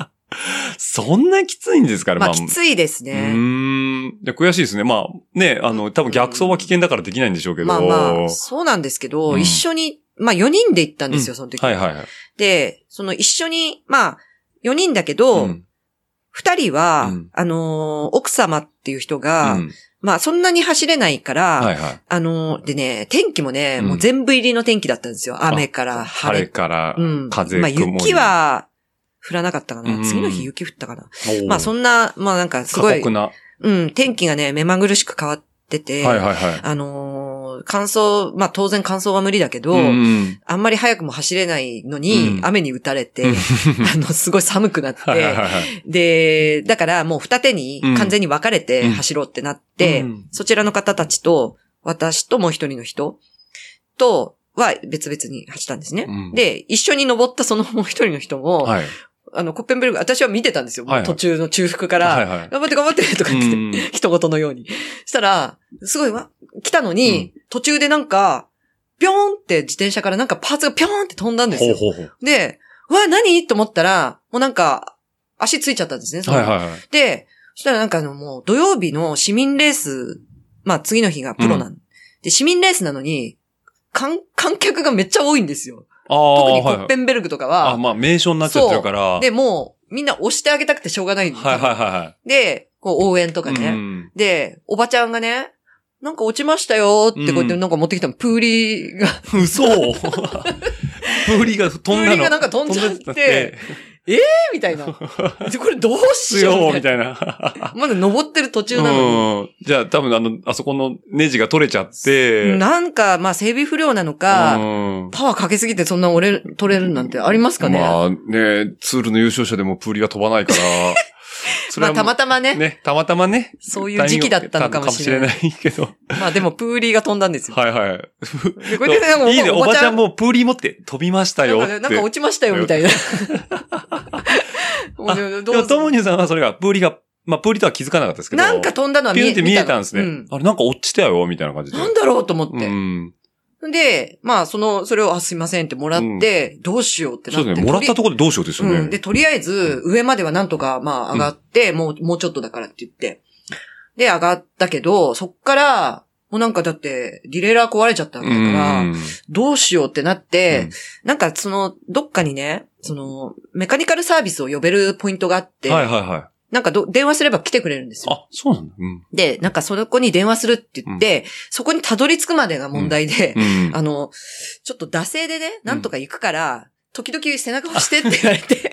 そんなきついんですかね、まあ、きついですうね。ーん。で悔しいですね。まあ、ね、あの、多分逆走は危険だからできないんでしょうけど。まあまあ、そうなんですけど、うん一緒に、まあ4人で行ったんですよ、その時。はいはいはい。で、その一緒に、まあ、4人だけど、うん2人は、うんあのー奥様っていう人が、うんまあそんなに走れないから、はいはい。あのーでね、天気もね、うんもう全部入りの天気だったんですよ。雨から晴晴れれからうん。、風、まあ、曇り雪、は降らなかったかな。うん次の日雪降ったかな。ままあ、そんな、まあなんかすご過い酷、な。はうん、天気がね、目まぐるしく変わってて、いはいはい。あのー乾燥、まあ当然乾燥は無理だけど、うんあんまり早くも走れないのに、うん雨に打たれて、 あの、すごい寒くなって、はいはいはい。で、だからもう二手にうん完全に分かれてうん走ろうってなって、うんそちらの方たちと、私ともう一人の人とは別々に走ったんですね。うんで、一緒に登ったそのもう一人の人も、はい。あの、コッペンベルグ、私は見てたんですよ。もうはいはい途中の中腹から、はいはい頑張って頑張ってとか言ってて、うん 人事のように。したら、すごいわ、来たのに、途中でなんか、ぴょーんって自転車からなんかパーツがぴょーんって飛んだんですほうよ。ほうほう。で、うわ、何と思ったら、もうなんか、足ついちゃったんですね。そのはいはいはい。で、そしたらなんかあのもう土曜日の市民レース、まあ次の日がプロなん、で、市民レースなのに、観、観客がめっちゃ多いんですよ。ああ、特にコはいはッいペンベルグとかあ、は。まあ、名称になっちゃってるから。はいで、もう、みんな押してあげたくてしょうがないんですよはいはで、こう応援とかいはい。ね。うんで、おばちゃんがね、なんか落ちましたよってこうやってうんなんか持ってきたの、プーリーが、 嘘プーリーが飛んだの。プーリーがなんか飛んじゃって飛んじゃってみたいな。でこれどうしよ強ういみみたいたいな。な。まだ登ってる途中なのに。うん。じゃあ多分あの、あそこのネジが取れちゃって。なんか、まあ、整備不良なのか、うんパワーかけすぎてそんな折れ、取れるなんてありますかね。ままあ、あね、ツールの優勝者でもプーリーが飛ばないから。それは たまたまねね、たまたまね。そういう時期だったのかもしれない。タイミングだったのかもしれないまあでも、プーリーが飛んだんです けど。 よ。はいはい。でこれでなんかいいね、おばちゃんももうプーリー持って飛びましたうよなっんかて。なんか落ちましたよ、みたいな。 もうでどもうトムニューさんはそれが、プーリーが、まあ、プーリーとは気づかなかったですけど。なんか飛んだのはピ見ュンえって見えたんですね。見たのあれ、なんか落ちたよ、みたいな感じうで。んなんだろうと思っうて。ん。で、まあ、その、それを、あ、すいませんってもらって、どうしようってなそっうでて。すね。もらったところでどうしようですようん。ねで、。とりあえず、上まではなんとか、まあ、上がって、もう、もうちょっとだからって言って。で、上がったけど、そっから、もうなんかだって、ディレイラー壊れちゃったわうけだから、ん。どうしようってなっうてん、なんかその、どっかにね、その、メカニカルサービスを呼べるポイントがあって、はいはいはい。なんかど電話すれば来てくれるんですよ。あ、そうなんだ。うん。で、なんかそこに電話するって言って、そこにたどり着くまでが問題で、うん。あの、ちょっと惰性でね、なんとか行くから、時々背中押してって言 われて、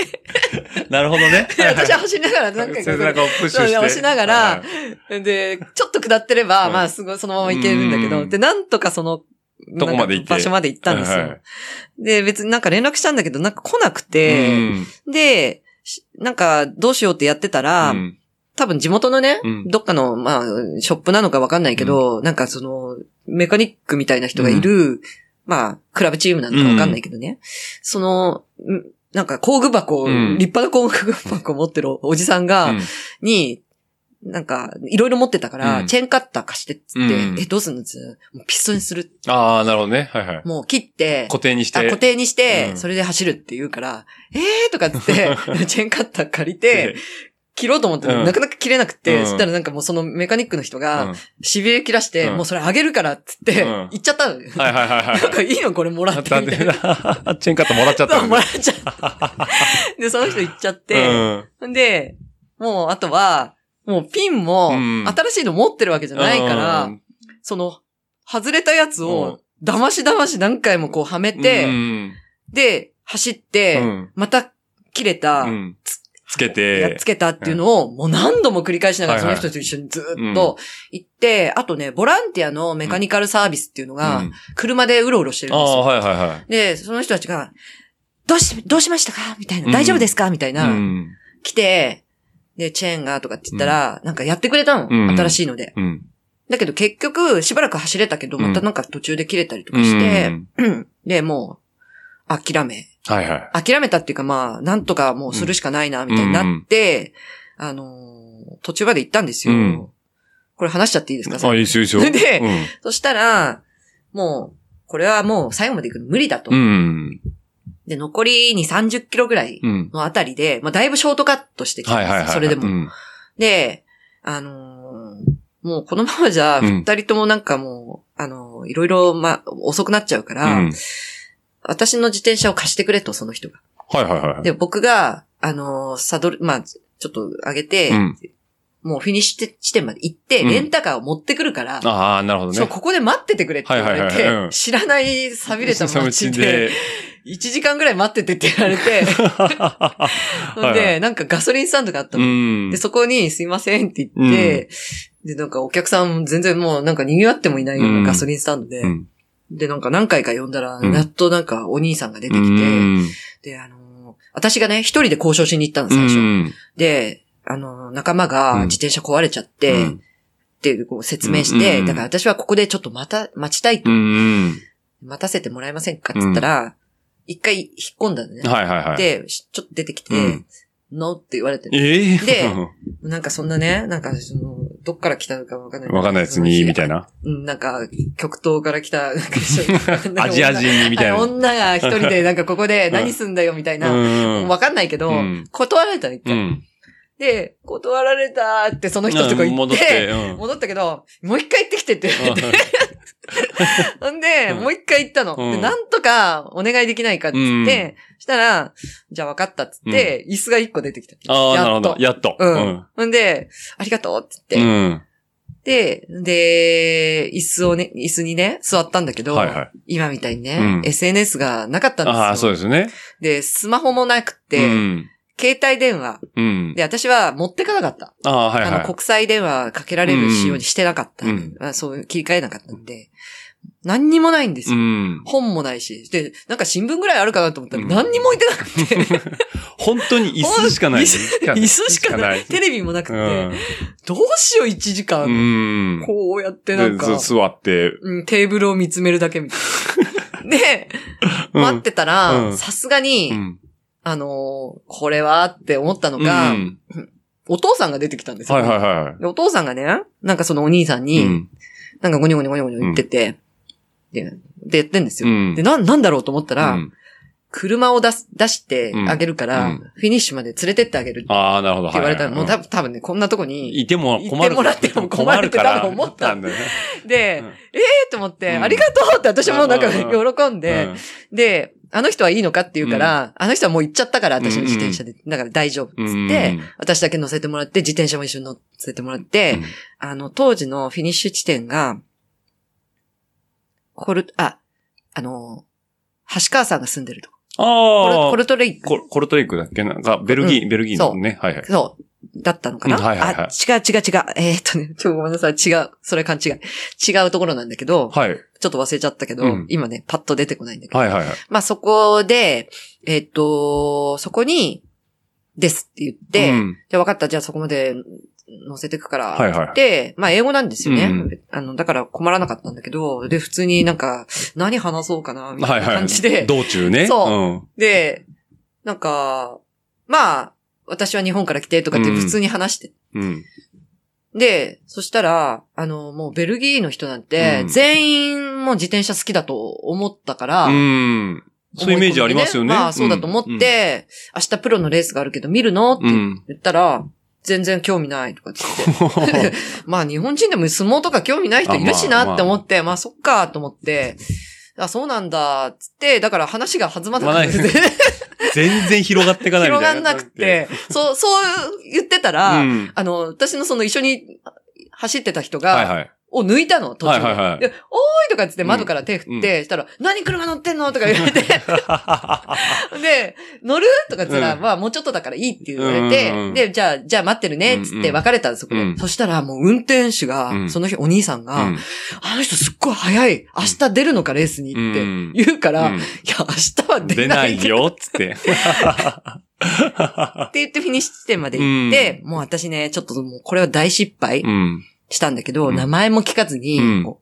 なるほど ね。で私は走りながらなんか背中をプッシュして。そう押しながらはいはいで、ちょっと下ってれば、はいまあ、すごい、そのまま行けるんだけうんうんうど、んで、なんとかその、どこまで行ってなんか場所まで行ったんですよ。はいはいで、別になんか連絡したんだけど、なんか来なくて、で、しなんかどうしようってやってたら、うん多分地元のね、うんどっかの、まあ、ショップなのかわかんないけど、なんかその、メカニックみたいな人がいる、まあ、クラブチームなのかわかんないけどね、その、んなんか工具箱を、うん立派な工具箱を持ってるおじさんが、うんに、なんか、いろいろ持ってたから、うんチェーンカッター貸してっつって、うんえ、どうすんのっつってもうピストンにするって。ああ、なるほどね。はいはい。もう切って、固定にしあて。固定にして、うん それで走るって言うから、えーとかっつって、チェーンカッター借りて、切ろうと思って、うんなかなか切れなくて、うんそしたらなんかもうそのメカニックの人うがん、しびれ切らして、うんもうそれあげるからっつって、うん言っちゃったのよ。はいはいはいはいなん。かいいのこれもらってあみったたいんなで、。あチェーンカットもらっちゃったそう、んもでらっちゃって。 で、その人行っちゃって、うんん、で、もうあとは、もうピンも、うん新しいの持ってるわけじゃないから、うんその、外れたやつを、だましだまし何回もこうはめて、うんで、走って、うんまた切れた、うんつけやってつ、けたっていうのを、もう何度も繰り返しながら、その人と一緒にずっと行って、あとね、ボランティアのメカニカルサービスっていうのうがん、車でうろうろしてるんあですあ、よ。はいはいはい。で、その人たちが、どうし、どうしましたかみたいうな。ん大丈夫ですかみたいな。うん来て、で、チェーンがとかって言ったら、なんかやってくれたの。うん新しいので。うん。だけど結局、しばらく走れたけど、うんまたなんか途中で切れたりとかして、で、もう、諦うめ。んはいはい。諦めたっていうかまあ、なんとかもうするしかないな、みたいになって、あのー途中まで行ったんですよ。うんこれ話しちゃっていいですかあ、いいですよ、いいですよ。でうんそしたら、もう、これはもう最後まで行くの無理だと。うん。で、残りに30キロぐらいうん。のあたりで、まあだいぶショートカットしてきたはんでいす、はいはい。それでうも。んで、あのーもうこのままじゃ、うん二人ともなんかもう、あのーいろいろ、まあ、遅くなっちゃうから、うん私の自転車を貸してくれと、その人が。はいはいはい。で、僕が、あのーサドル、まあ、ちょっと上げて、うんもうフィニッシュ地点まで行って、うんレンタカーを持ってくるから、ああ、なるほどね。そう、ここで待っててくれって言われはいはいはいうんて、知らない錆びれたそのうち街 で、。1時間ぐらい待っててって言われて、はほんいはいで、なんかガソリンスタンドがあったうの。んで、。そこにすいませんって言って、で、なんかお客さん全然もうなんか賑わってもいないよううんなガソリンスタンドで、うんで、なんか何回か呼んだら、うんやっとなんかお兄さんが出てきて、うんで、あのー私がね、一人で交渉しに行ったの、最う初。んで、あの、仲間うんが自転車壊れちゃって、うっんていうこう説明して、うんだから私はここでちょっとまた、待ちたい、うん。待たせてもらえませんかって言ったら、一回引っ込んだのね。はいはいはい。で、しちょっと出てきて、うんノーって言われて、ええでうんなんかそんなね、なんかその、どっから来たのかわかんな い。わかんないやつに、みたいな。な。うん、なんか、極東から来た、なんか一緒にアジア人に、みたいあな。の女が一人で、なんかここでん何すんだよ、みたいな。うんわかんないけど、うん断られたのう一回。ん。で、断られたって、その人とこ行って、戻って、うん 戻ったけど、もう一回行ってきてって言われて。ほんで、うんもう一回行ったの。うんで、なんとかお願いできないかって言って、したら、じゃあ分かったってって、椅子が一個出てきた。ああ、やっなるほとど。やっと。うん。。ほんで、ありがとうってう言って、ん。で、で、椅子をね、椅子にね、座ったんだけど、はいはい。今みたいにね、うん SNS がなかったんですよ。ああ、そうですね。で、スマホもなくて、うん。携帯電話。うん。で、私は持ってかなかった。ああ、はいあはの、い。国際電話かけられる仕様にしてなかった。うんあそう、切り替えなかったんで、何にもないんですうよ。ん。本もないし。で、なんか新聞ぐらいあるかなと思ったらうん何にも置いてなくて、 本当に椅子しかない。椅子椅子しかない。テレビもなくて、どうしよう1時間、うん。うん。こうやってなでんか、ず座って。うん、テーブルを見つめるだけみたい な。で、うん待ってたうら、んさすがに、うん。あのーこれはって思ったのが、うんお父さんが出てきたんですよ。はいはいはでお父さんがね、なんかそのお兄さんい。に、うん。なんかゴニョゴニョゴニョゴニョ言ってて、で、で、やってんですよ。うんで、な、なんだろうと思ったら、うん車を出す、出してあげるかうら、んフィニッシュまで連れてってあげるってああ、なるほど。言われたら、もう多分。分、多分ね、こんなとこに、いても困る。いてもらっても困るって多分思ったんだよね。で、うんえーと思って、うんありがとうって私もなんかうん喜んで、で、あの人はいいのかって言うから、あの人はもう行っちゃったから、私の自転車で、だから大丈夫っつって、うん私だけ乗せてもらって、自転車も一緒に乗せてもらって、うんあの、当時のフィニッシュ地点が、コル、あ、あの、橋川さんが住んでるとこ。コルああコ。ルトレイク。ココルトレイクだっけなんか、ベルギー、うんベルギーのね。はいはい。そう。だったのかな、うんはいはいはいあ、違う違う違う。えーっとね、 ちょ、ごめんなさい。違う。それ勘違い。違うところなんだけど、はい。ちょっと忘れちゃったけど、うん今ね、パッと出てこないんだけど。はいはいはい。まあそこで、えーっと、そこに、ですって言って、うんじゃあ分かった、じゃあそこまで乗せてくから、はいはい。で、まあ英語なんですよね。うんあの、だから困らなかったんだけど、で、普通になんか、何話そうかな、みたはいいなはい。感じで、道中ね。そううん。で、なんか、まあ、私は日本から来てとかって普通に話して。うん。で、そしたら、あの、もうベルギーの人なんてう、ん全員もう自転車好きだと思ったから、うん。そういうイメージありますよね。まあそうだと思って、うん 明日プロのレースがあるけど見るのってうん。言ったら、全然興味ないとかつって。まあ日本人でも相撲とか興味ない人いるしなって思って、まあそっかと思って、あ、そうなんだ、つって、だから話が弾まな くて、弾全然広がっていかないみ広たがいな。んなくて、そう、そう言ってたら、うんあの、私のその一緒に走ってた人が、はいはい。を抜いたの、途中で。はいはいはいで、おーいとかっつって窓から手振って、したら、何車乗ってんのとか言わ れて。で、乗るとかっつったら、うんまあもうちょっとだからいいって言われて、うんうんうんで、じゃあ、じゃあ待ってるね、っつって別れたんです、そこで。うんそしたらもう運転手が、うんその日お兄さんが、うんあの人すっごい早い、明日出るのかレースにうってん言うから、ういんや、明日は出出なないいよ、つ って。って言ってフィニッシュ地点まで行って、もう私ね、ちょっともうこれは大失敗うん。したんだけど、うん名前も聞かずに、うんこ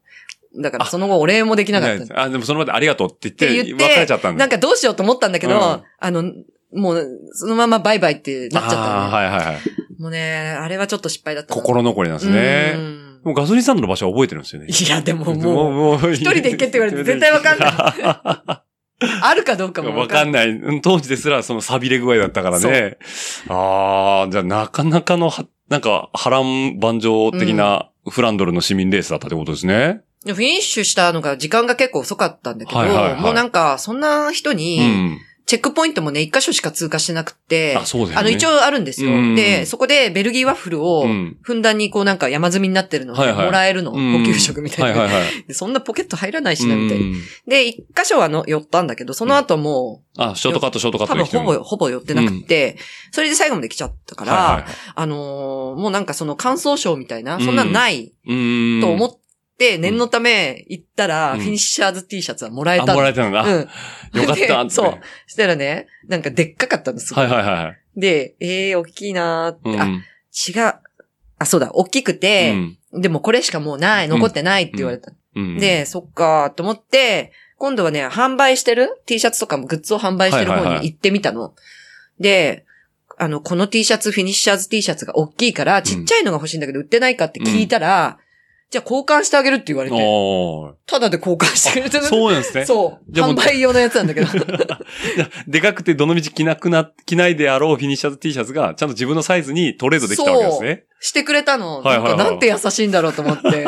うだからその後お礼もできなかったの。あ、でもその場でありがとうってって言って、言って別れちゃったんだ。なんかどうしようと思ったんだけど、うんあの、もう、そのままバイバイってなっちゃったのあね、ーはいはいはい。もうね、あれはちょっと失敗だったな。心残りなんですうね。んもうガソリンスタンドの場所は覚えてるんですよね。いや、でももう、も う、もう、一一人で行けって言われて絶対わかん あるかどうかもわかんない。うん当時ですらその錆びれ具合だったからね。ああ、じゃあなかなかのは、なんか波乱万丈的なフランドルの市民レースだったってことですね。フィニッシュしたのが時間が結構遅かったんだけど、はいはいはいもうなんか、そんな人うに、ん。チェックポイントもね、一箇所しか通過してなくて、あ、そうだよね。あの、一応あるんですよ。うんで、そこでベルギーワッフルをう、ん、ふんだんにこうなんか山積みになってるのはいで、はいもらえるの、うん補給食みたいな。はいはい はい。でそんなポケット入らないしな、みたいな。うんで、一箇所はの寄ったんだけど、その後もあ、ショートカット、ショートう、カット多分できてほるぼ、ほぼ寄ってなくて、それで最後まで来ちゃったから、はいはいはいあのーもうなんかその感想賞みたいな、そんなのないうん。と思てって、念のため行ったら、うんフィニッシャーズ T シャツはもらえたあ、もらのえたんだ。うん。よかったって。で そう。したらね、なんかでっかかったんですよ。はいはいはい。で、ええー、大きいなーって、うん。あ、違う。あ、そうだ、大きくて、でもこれしかもうない、残ってないって言われた。うん、で、そっかーと思って、今度はね、販売してる T シャツとかもグッズを販売してるはいはい方はにい行ってみたの。で、あの、この T シャツ、フィニッシャーズ T シャツが大きいから、ちっちゃいのが欲しいんだけど売ってないかって聞いたら、じゃあ交換してあげるって言われて、おーただで交換してくれてる。そうなんですね。そう。じゃあも販う売用のやつなんだけど。 でかくてどのみち着なくな、着ないであろうフィニッシャーズ T シャツが、ちゃんと自分のサイズにトレードできたわけですね。してくれたの。はいなはんいはいかなんて優しいんだろうと思って。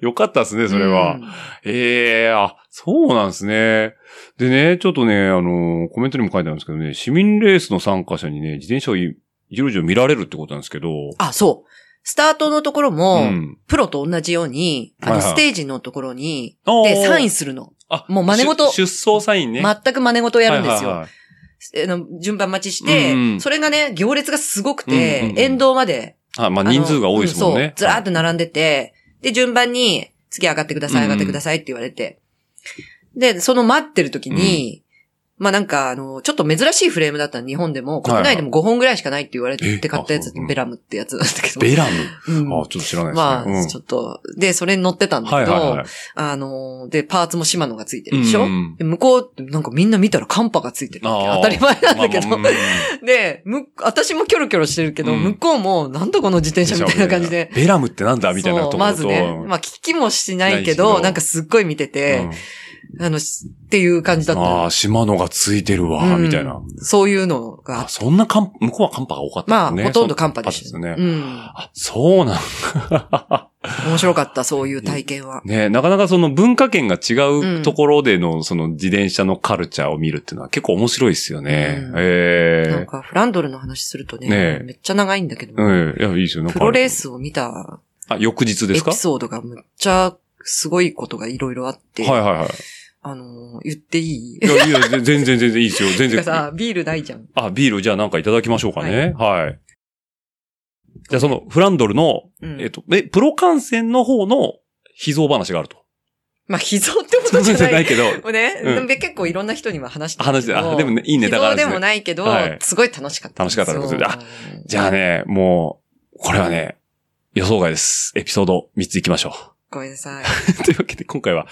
よかったですね、 それは。うんええあ、そうなんですね。でね、ちょっとね、あのーコメントにも書いてあるんですけどね、市民レースの参加者にね、自転車をいじろじろ見られるってことなんですけど、あ、そう。スタートのところうも、ん。プロと同じように、あはの、いはいステージのところに、あーで、サインするの。あもう真似事出出走サインね。全く真似事をやるんではすいはいよはい。あの順番待ちして、うんうんそれがね、行列がすごくて、うんうんうん沿道まで。あ、まああの人数が多いですもんうね。そう、ずらーっと並んでて、で、順番に、次上がってくださうんい、上がってくださいって言われて。で、その待ってる時に、まあなんか、あの、ちょっと珍しいフレームだったの日本でも、国内でも5本ぐらいしかないって言われえて買ったやつあそうう、んベラムってやつなんだけど。ベラム。うんあ、ちょっと知らないですね。まうあ、んちょっと、で、それに乗ってたんだはいけはいはどい、。あの、で、パーツもシマノがついてるでしょ、うんうんで向こうって、なんかみんな見たらカンパがついてるわけあー当たり前なんだけど。まあまあうんで、む、私もキョロキョロしてるけど、うん向こうも、なんだこの自転車みたいな感じで。ベラムってなんだみたいなところと。そうまずね。まあ、聞きもしないけないけど、どなんかすっごい見てて、うあの、しっていう感じだっん、たあのあ、島野がついてるわ、うんみたいな。そういうのがあっあ、そんなカン、向こうはカンパが多かったまあ、ね。ほとんどカンパでしそた。うですうね。ん。あ、そうなん面白かった、そういう体験は。ねなかなかその文化圏が違ううんところでの、その自転車のカルチャーを見るっていうのは結構面白いですよね。うんなえんか、フランドルの話するとねねえ、めっちゃ長いんだけどえ、、うん。いや、いいですよ。なんかプロレースを見たあ、翌日でエすかピソードがむっちゃすごいことがいろいろあって、はいはいはい。あのー、言っていいいや、いや、全然全然いいですよ。全てか然。さ、ビールないじゃん。あ、ビールじゃあなんかいただきましょうかね。はい。じゃあそのフランドルの、うんえっと、え、プロ観戦の方の秘蔵話がある と。まあ、秘蔵ってこそとうじじゃゃなないい。け ど。もうね、うんで結構いろんな人には話してる話けで、どあ、でもね、いいネ秘タがあ蔵るんでですもね。ないけど、はいすごい楽しかったんですよ。楽しかったっじゃあ、あね、もう、これはね、予想外です。エピソード3つ行きましょごめんなさい。う。 というわけで今回は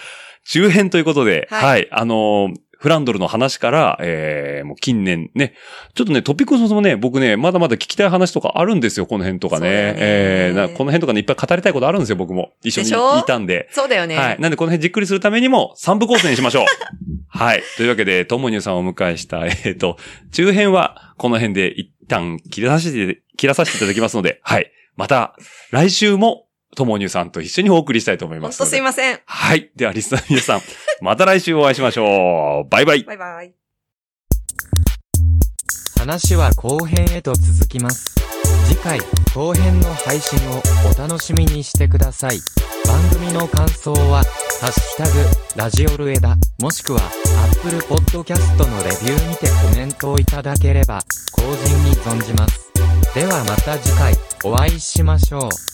中編ということで、ははいい、あのーフランドルの話から、えー、もう近年ね、ちょっとね、トピックスもね、僕ね、まだまだ聞きたい話とかあるんですよ、この辺とかそうね。だよねえーなこの辺とかね、いっぱい語りたいことあるんですよ、僕も。一緒にでしょいたんで。そうだよね。はい。なんで、この辺じっくりするためにも、三部構成にしまし ょう。はい。というわけで、ともにゅうさんをお迎えした、えっ、と、中編は、この辺で一旦切り出させて、切らさせていただきますので、はい。また、来週も、ともにゅうさんと一緒にお送りしたいと思いほんますとのすで。いません。はい。では、リスナーの皆さん、また来週お会いしましょう。バイバイ。バイバイ。話は後編へと続きます次回後編の配信をお楽しみにしてください番組の感想は「ハッシュタグラジオルエダ」もしくは Apple Podcast のレビューにてコメントをいただければ後陣に存じますではまた次回お会いしましょう